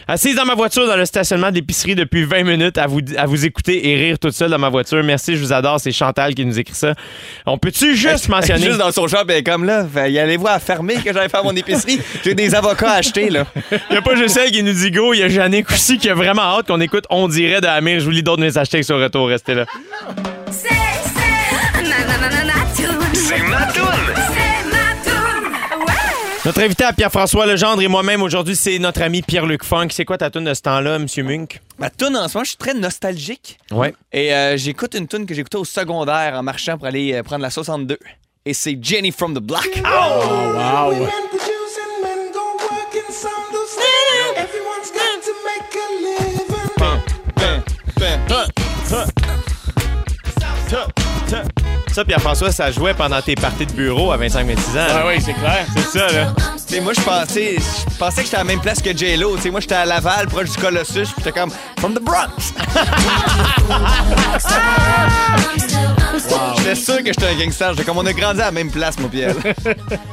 Assise dans ma voiture dans le stationnement de l'épicerie depuis 20 minutes à vous, à vous écouter et rire toute seule dans ma voiture. Merci, je vous adore. C'est Chantal qui nous écrit ça. On peut-tu juste mentionner. Juste dans son shop, elle est comme là, fait, y allez-vous à fermer que j'allais faire mon épicerie? J'ai des avocats à acheter, là. Il n'y a pas juste elle qui nous dit go. Il y a Yannick aussi qui a vraiment hâte qu'on écoute On dirait de Amir. Je vous lis d'autres messages textes au retour. Restez là. C'est, c'est ma, ma, ma, ma, ma toune. C'est ma toune. C'est ma toune. Ouais. Notre invité à Pierre-François Legendre et moi-même aujourd'hui, c'est notre ami Pierre-Luc Funk. C'est quoi ta tune de ce temps-là, Monsieur Munk? Ma toune, en ce moment, je suis très nostalgique. Ouais. Et euh, j'écoute une tune que j'écoutais au secondaire en marchant pour aller euh, prendre la 62. Et c'est Jenny from the Block. Wow. And producing men go work in sandals. Everyone's got to make a living. Ça, Pierre-François, ça jouait pendant tes parties de bureau à 25-26 ans. Ah oui, c'est clair. C'est ça, là. Tu sais, moi, je pensais, je pensais que j'étais à la même place que J-Lo. Tu sais, moi, j'étais à Laval, proche du Colossus, puis j'étais comme « From the Bronx ». J'étais sûr que j'étais un gangster. J'étais comme « On a grandi à la même place, mon Pierre.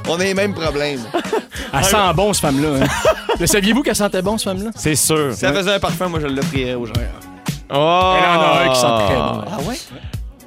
On a les mêmes problèmes. Elle sent bon, cette femme-là. hein. Ah, Le saviez-vous qu'elle sentait bon, cette femme-là? C'est sûr. Si elle faisait un parfum, moi, je l'offrirais aux gens. Oh! Elle en a un qui sent très bon. Ah ouais?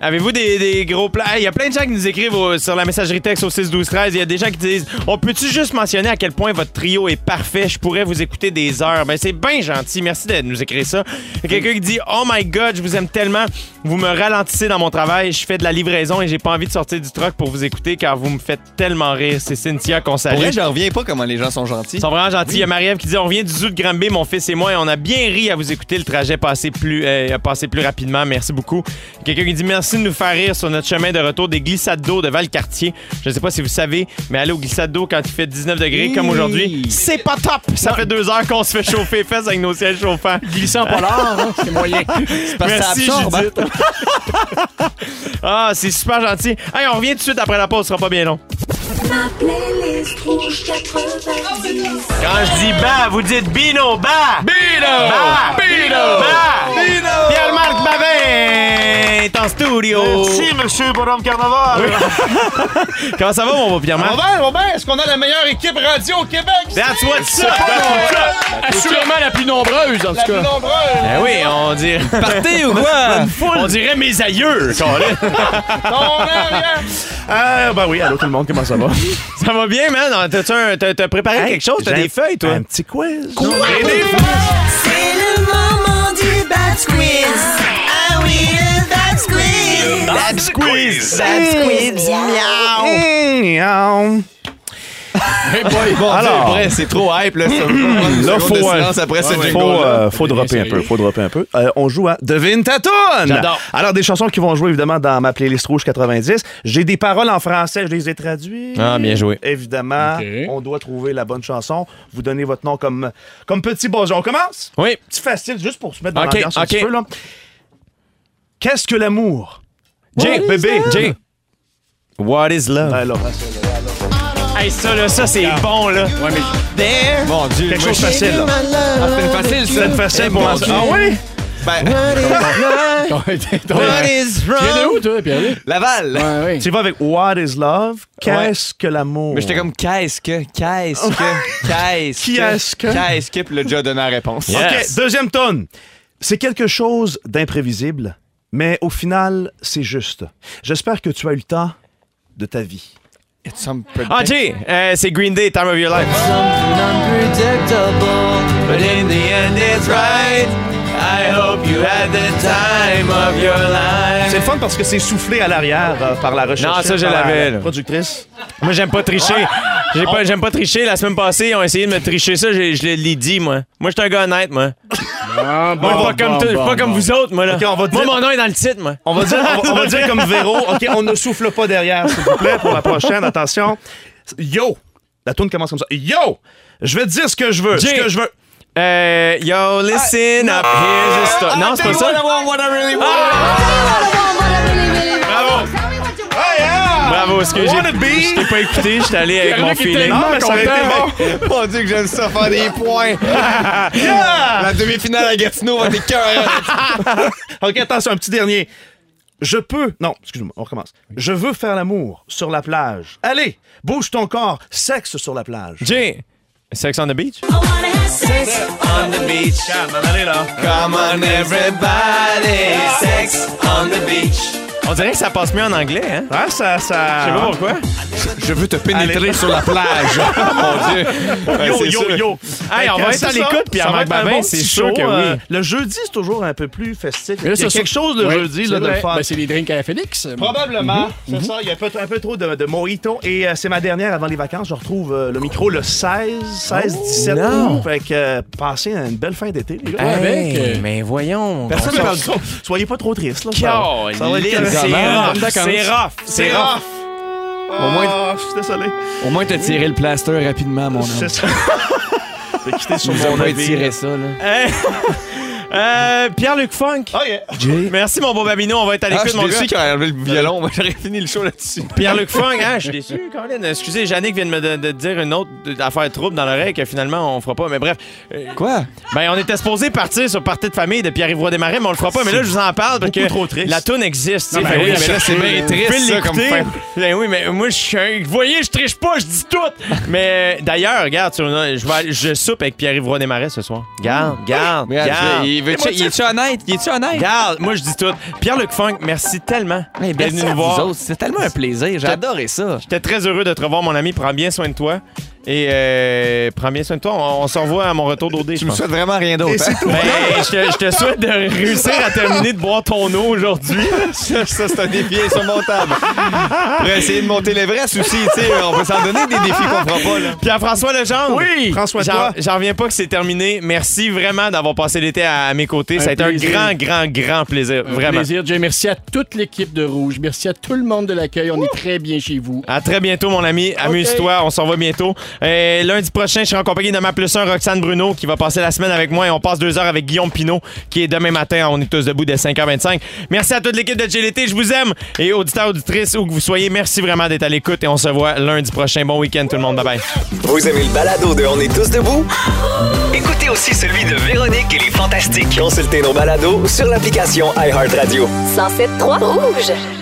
Avez-vous des, des gros plans? Il y a plein de gens qui nous écrivent au- sur la messagerie texte au 6 12 13 Il y a des gens qui disent On peut-tu juste mentionner à quel point votre trio est parfait? Je pourrais vous écouter des heures. Ben, c'est bien gentil. Merci de nous écrire ça. Il y a quelqu'un qui dit Oh my God, je vous aime tellement. Vous me ralentissez dans mon travail. Je fais de la livraison et j'ai pas envie de sortir du truck pour vous écouter car vous me faites tellement rire. C'est Cynthia qu'on Pour salue. vrai, j'en reviens pas comment les gens sont gentils. Ils sont vraiment gentils. Il y a Marie-Ève qui dit On vient du zoo de Granby, mon fils et moi, et on a bien ri à vous écouter. Le trajet passé plus, euh, a passé plus rapidement. Merci beaucoup. Quelqu'un qui dit Merci Merci de nous faire rire sur notre chemin de retour des glissades d'eau de Valcartier. Je ne sais pas si vous savez, mais aller aux glissades d'eau quand il fait 19 degrés comme aujourd'hui, c'est pas top. Ça fait deux heures qu'on se fait chauffer les fesses avec nos sièges chauffants. Glissant pas l'art, hein, c'est moyen. C'est parce que ça Merci, absorbe, hein. Ah, c'est super gentil. Hey, on revient tout de suite après la pause, ce sera pas bien long. Ma playlist rouge 90. Quand je dis bas, vous dites Bino, bas! Bino! Bas! Bino! Bas! Bino! Pierre-Marc Babin est en studio. Merci, monsieur Bonhomme Carnaval. Comment ça va, mon beau Pierre-Marc? Robert, Robert, est-ce qu'on a la meilleure équipe radio au Québec? That's what's up! Assurément la plus nombreuse, en tout La plus cas. nombreuse. Ben oui, on dirait... Partez ou quoi? On dirait mes aïeux, Colin. Ton Euh, arrière. Ah, ben oui, allô tout le monde, comment ça va? Ça va bien, man? T'as-tu un- T'as t'as préparé quelque chose? T'as J'ai des feuilles, toi? Un petit quiz. J'ai des feuilles. C'est le moment du bad squeeze. Ah oui, le bad squeeze. Bad squeeze! Bad squeeze, miaou. Hey boy, bon, Alors, Après, c'est trop hype, là. Ça là, faut, euh, après ce jingle. faut, euh, faut Bien dropper un serré. peu, faut dropper un peu. Euh, on joue à Devine ta toune! J'adore. Alors, des chansons qui vont jouer, évidemment, dans ma playlist Rouge 90. J'ai des paroles en français, je les ai traduites. Ah, bien joué. Évidemment, Ok. on doit trouver la bonne chanson. Vous donnez votre nom comme, comme petit bonjour. On commence? Oui. Petit facile, juste pour se mettre dans Ok, l'ambiance un ok. petit peu, là. Qu'est-ce que l'amour? Jay, What is bébé, love? Jay. What is love? Alors, Hey, ça, là, ça, c'est bon, là. Ouais, mais Mon Dieu, quelque moi, chose de je- facile, là. Ah, c'est facile, ça. C'est facile Eh, pour mon moi. Dieu. Ah oui? Ben, T'as- t'as- t'as- what Tu is viens de wrong? où, toi, Pierre? Laval. Ouais, ouais. Tu vas avec What is love? Qu'est-ce que l'amour? Mais j'étais comme, qu'est-ce que, qu'est-ce que, qu'est-ce que, Qu'est-ce que? qu'est-ce que, puis le Dieu a donné la réponse. Yes. OK, deuxième tonne. C'est quelque chose d'imprévisible, mais au final, c'est juste. J'espère que tu as eu le temps de ta vie. It's some pretty- Ah, Jay, euh, c'est Green Day, Time of Your Life. But in the end, it's right. I hope you had the time of your life. C'est le fun parce que c'est soufflé à l'arrière euh, par la recherche. Non, ça, je l'avais, là. Productrice. Moi, j'aime pas tricher. J'ai pas- J'aime pas tricher. La semaine passée, ils ont essayé de me tricher ça. j'ai- Je l'ai- l'ai dit, moi. Moi, j'étais un gars honnête, moi. Moi, Ah, bon, pas comme, bon, tout- bon, pas comme bon. vous autres, moi, là. OK, on va moi, dire- mon nom est dans le titre, moi. On va dire, on va, on va dire comme Véro. OK, on ne souffle pas derrière, s'il vous plaît, pour la prochaine. Attention. Yo! La tourne commence comme ça. Yo! Je vais te dire ce que je veux. Jay. Ce que je veux. Euh, yo, listen up. Here's a story. Non, c'est pas ça. Ah. Bravo. Oh, Bravo, excusez. Wanna be? Je t'ai pas écouté. J'étais allé avec mon Pierre-Luc était feeling. Non, mais ça aurait été content. bon. Mon Dieu, que j'aime ça faire des points. La demi-finale à Gatineau va être cœurs. OK, attention, un petit dernier. Je peux. Non, excuse-moi, on recommence. Je veux faire l'amour sur la plage. Allez, bouge ton corps, sexe sur la plage. Jay, Sex on the Beach? On the beach. Come on, everybody. Sex on the beach. On dirait que ça passe mieux en anglais, hein? Ah, ça, ça. Je sais pas pourquoi. Je veux te pénétrer sur la plage. Mon Dieu. Ben, Yo, c'est yo, sûr. yo. Hey, on Fait va être que à c'est Ben, ça. l'écoute, puis à Ça va Marc être un Babin, bon c'est petit sûr show, que euh, oui. le jeudi, c'est toujours un peu plus festif. Mais Il y là, a ça, quelque ça- chose le Ouais, jeudi, c'est là, de le vrai. fun. Ben, c'est les drinks à la Félix. Probablement, Mhm. c'est ça. Il y a peut-être un peu trop de, de mojito. Et euh, c'est ma dernière avant les vacances. Je retrouve euh, le micro le 16, 16, Oh, 17 août. Fait que euh, passez une belle fin d'été, les gars. Avec, euh, mais voyons. Personne ne parle de ça. Soyez pas trop tristes, là. Ça va- Caliste, ça va être correct. C'est Comment? Ah, rough, c'est rough, c'est rough. Au moins, Ah, je suis désolé. Au moins, t'as tiré le plaster rapidement, mon C'est homme. ça. J'ai quitté sur Nous mon avons avis. tiré ça, là. Hey. Euh, Pierre-Luc Funk. Ah, Merci, mon beau Babino. On va être à Ah, je l'écoute, suis mon déçu gars. qu'il a enlevé le violon. Moi, J'aurais fini le show là-dessus. Pierre-Luc Funk. Ah, je suis déçu, Colin. Excusez, Yannick vient de me de- de dire une autre de- affaire de trouble dans l'oreille que finalement, on fera pas. Mais bref. euh, Quoi? Ben, on était supposé partir sur Partie de famille de Pierre-Yves Desmarais, mais on le fera pas. Mais là, je vous en parle parce que trop triste. la toune existe. tu sais. ben Fait oui, que mais là, cherchez- c'est bien vous pouvez triste, ça, comme l'écouter. fin. Ben oui, mais moi, je suis un- Vous voyez, je triche pas, je dis tout. mais euh, d'ailleurs, regarde, sur une- je, vais aller- je soupe avec Pierre-Yves Desmarais ce soir. Garde, garde, Regarde, garde. il veut- il est-tu honnête? Il est-tu honnête? Garde, moi je dis tout. Pierre-Luc Funk, merci tellement d'être Hey, Eh, merci venu à nous vous voir. autres. C'était tellement un plaisir. J'ai adoré ça. J'étais très heureux de te revoir, mon ami. Prends bien soin de toi. Et euh, prends bien soin de toi. On, on se revoit à mon retour d'OD, je Tu me pense. souhaites vraiment rien d'autre. Et c'est hein? tout. Ben, je, te, je te souhaite de réussir à terminer de boire ton eau aujourd'hui. Ça, ça, c'est un défi insurmontable. Pour essayer de monter l'Everest aussi, tu sais, on peut s'en donner des défis qu'on fera pas, là. Pierre-François Legendre. Oui. Prends soin de J'en toi. j'en reviens pas que c'est terminé. Merci vraiment d'avoir passé l'été à, à mes côtés. Un ça a été plaisir. un grand, grand, grand plaisir. Un vraiment. plaisir, Jay. Merci à toute l'équipe de Rouge. Merci à tout le monde de l'accueil. On est très bien chez vous. À très bientôt, mon ami. Amuse-toi. On s'en va bientôt. Euh, lundi prochain, je serai en compagnie de ma plus 1 Roxane Bruno, qui va passer la semaine avec moi. Et on passe deux heures avec Guillaume Pinot, qui est demain matin. On est tous debout dès 5h25. Merci à toute l'équipe de GLT. Je vous aime. Et auditeurs, auditrices, où que vous soyez, merci vraiment d'être à l'écoute. Et on se voit lundi prochain. Bon week-end, tout le monde. Bye bye. Vous aimez le balado de On est tous debout? Écoutez aussi celui de Véronique et les Fantastiques. Consultez nos balados sur l'application iHeartRadio. 107.3 Rouge.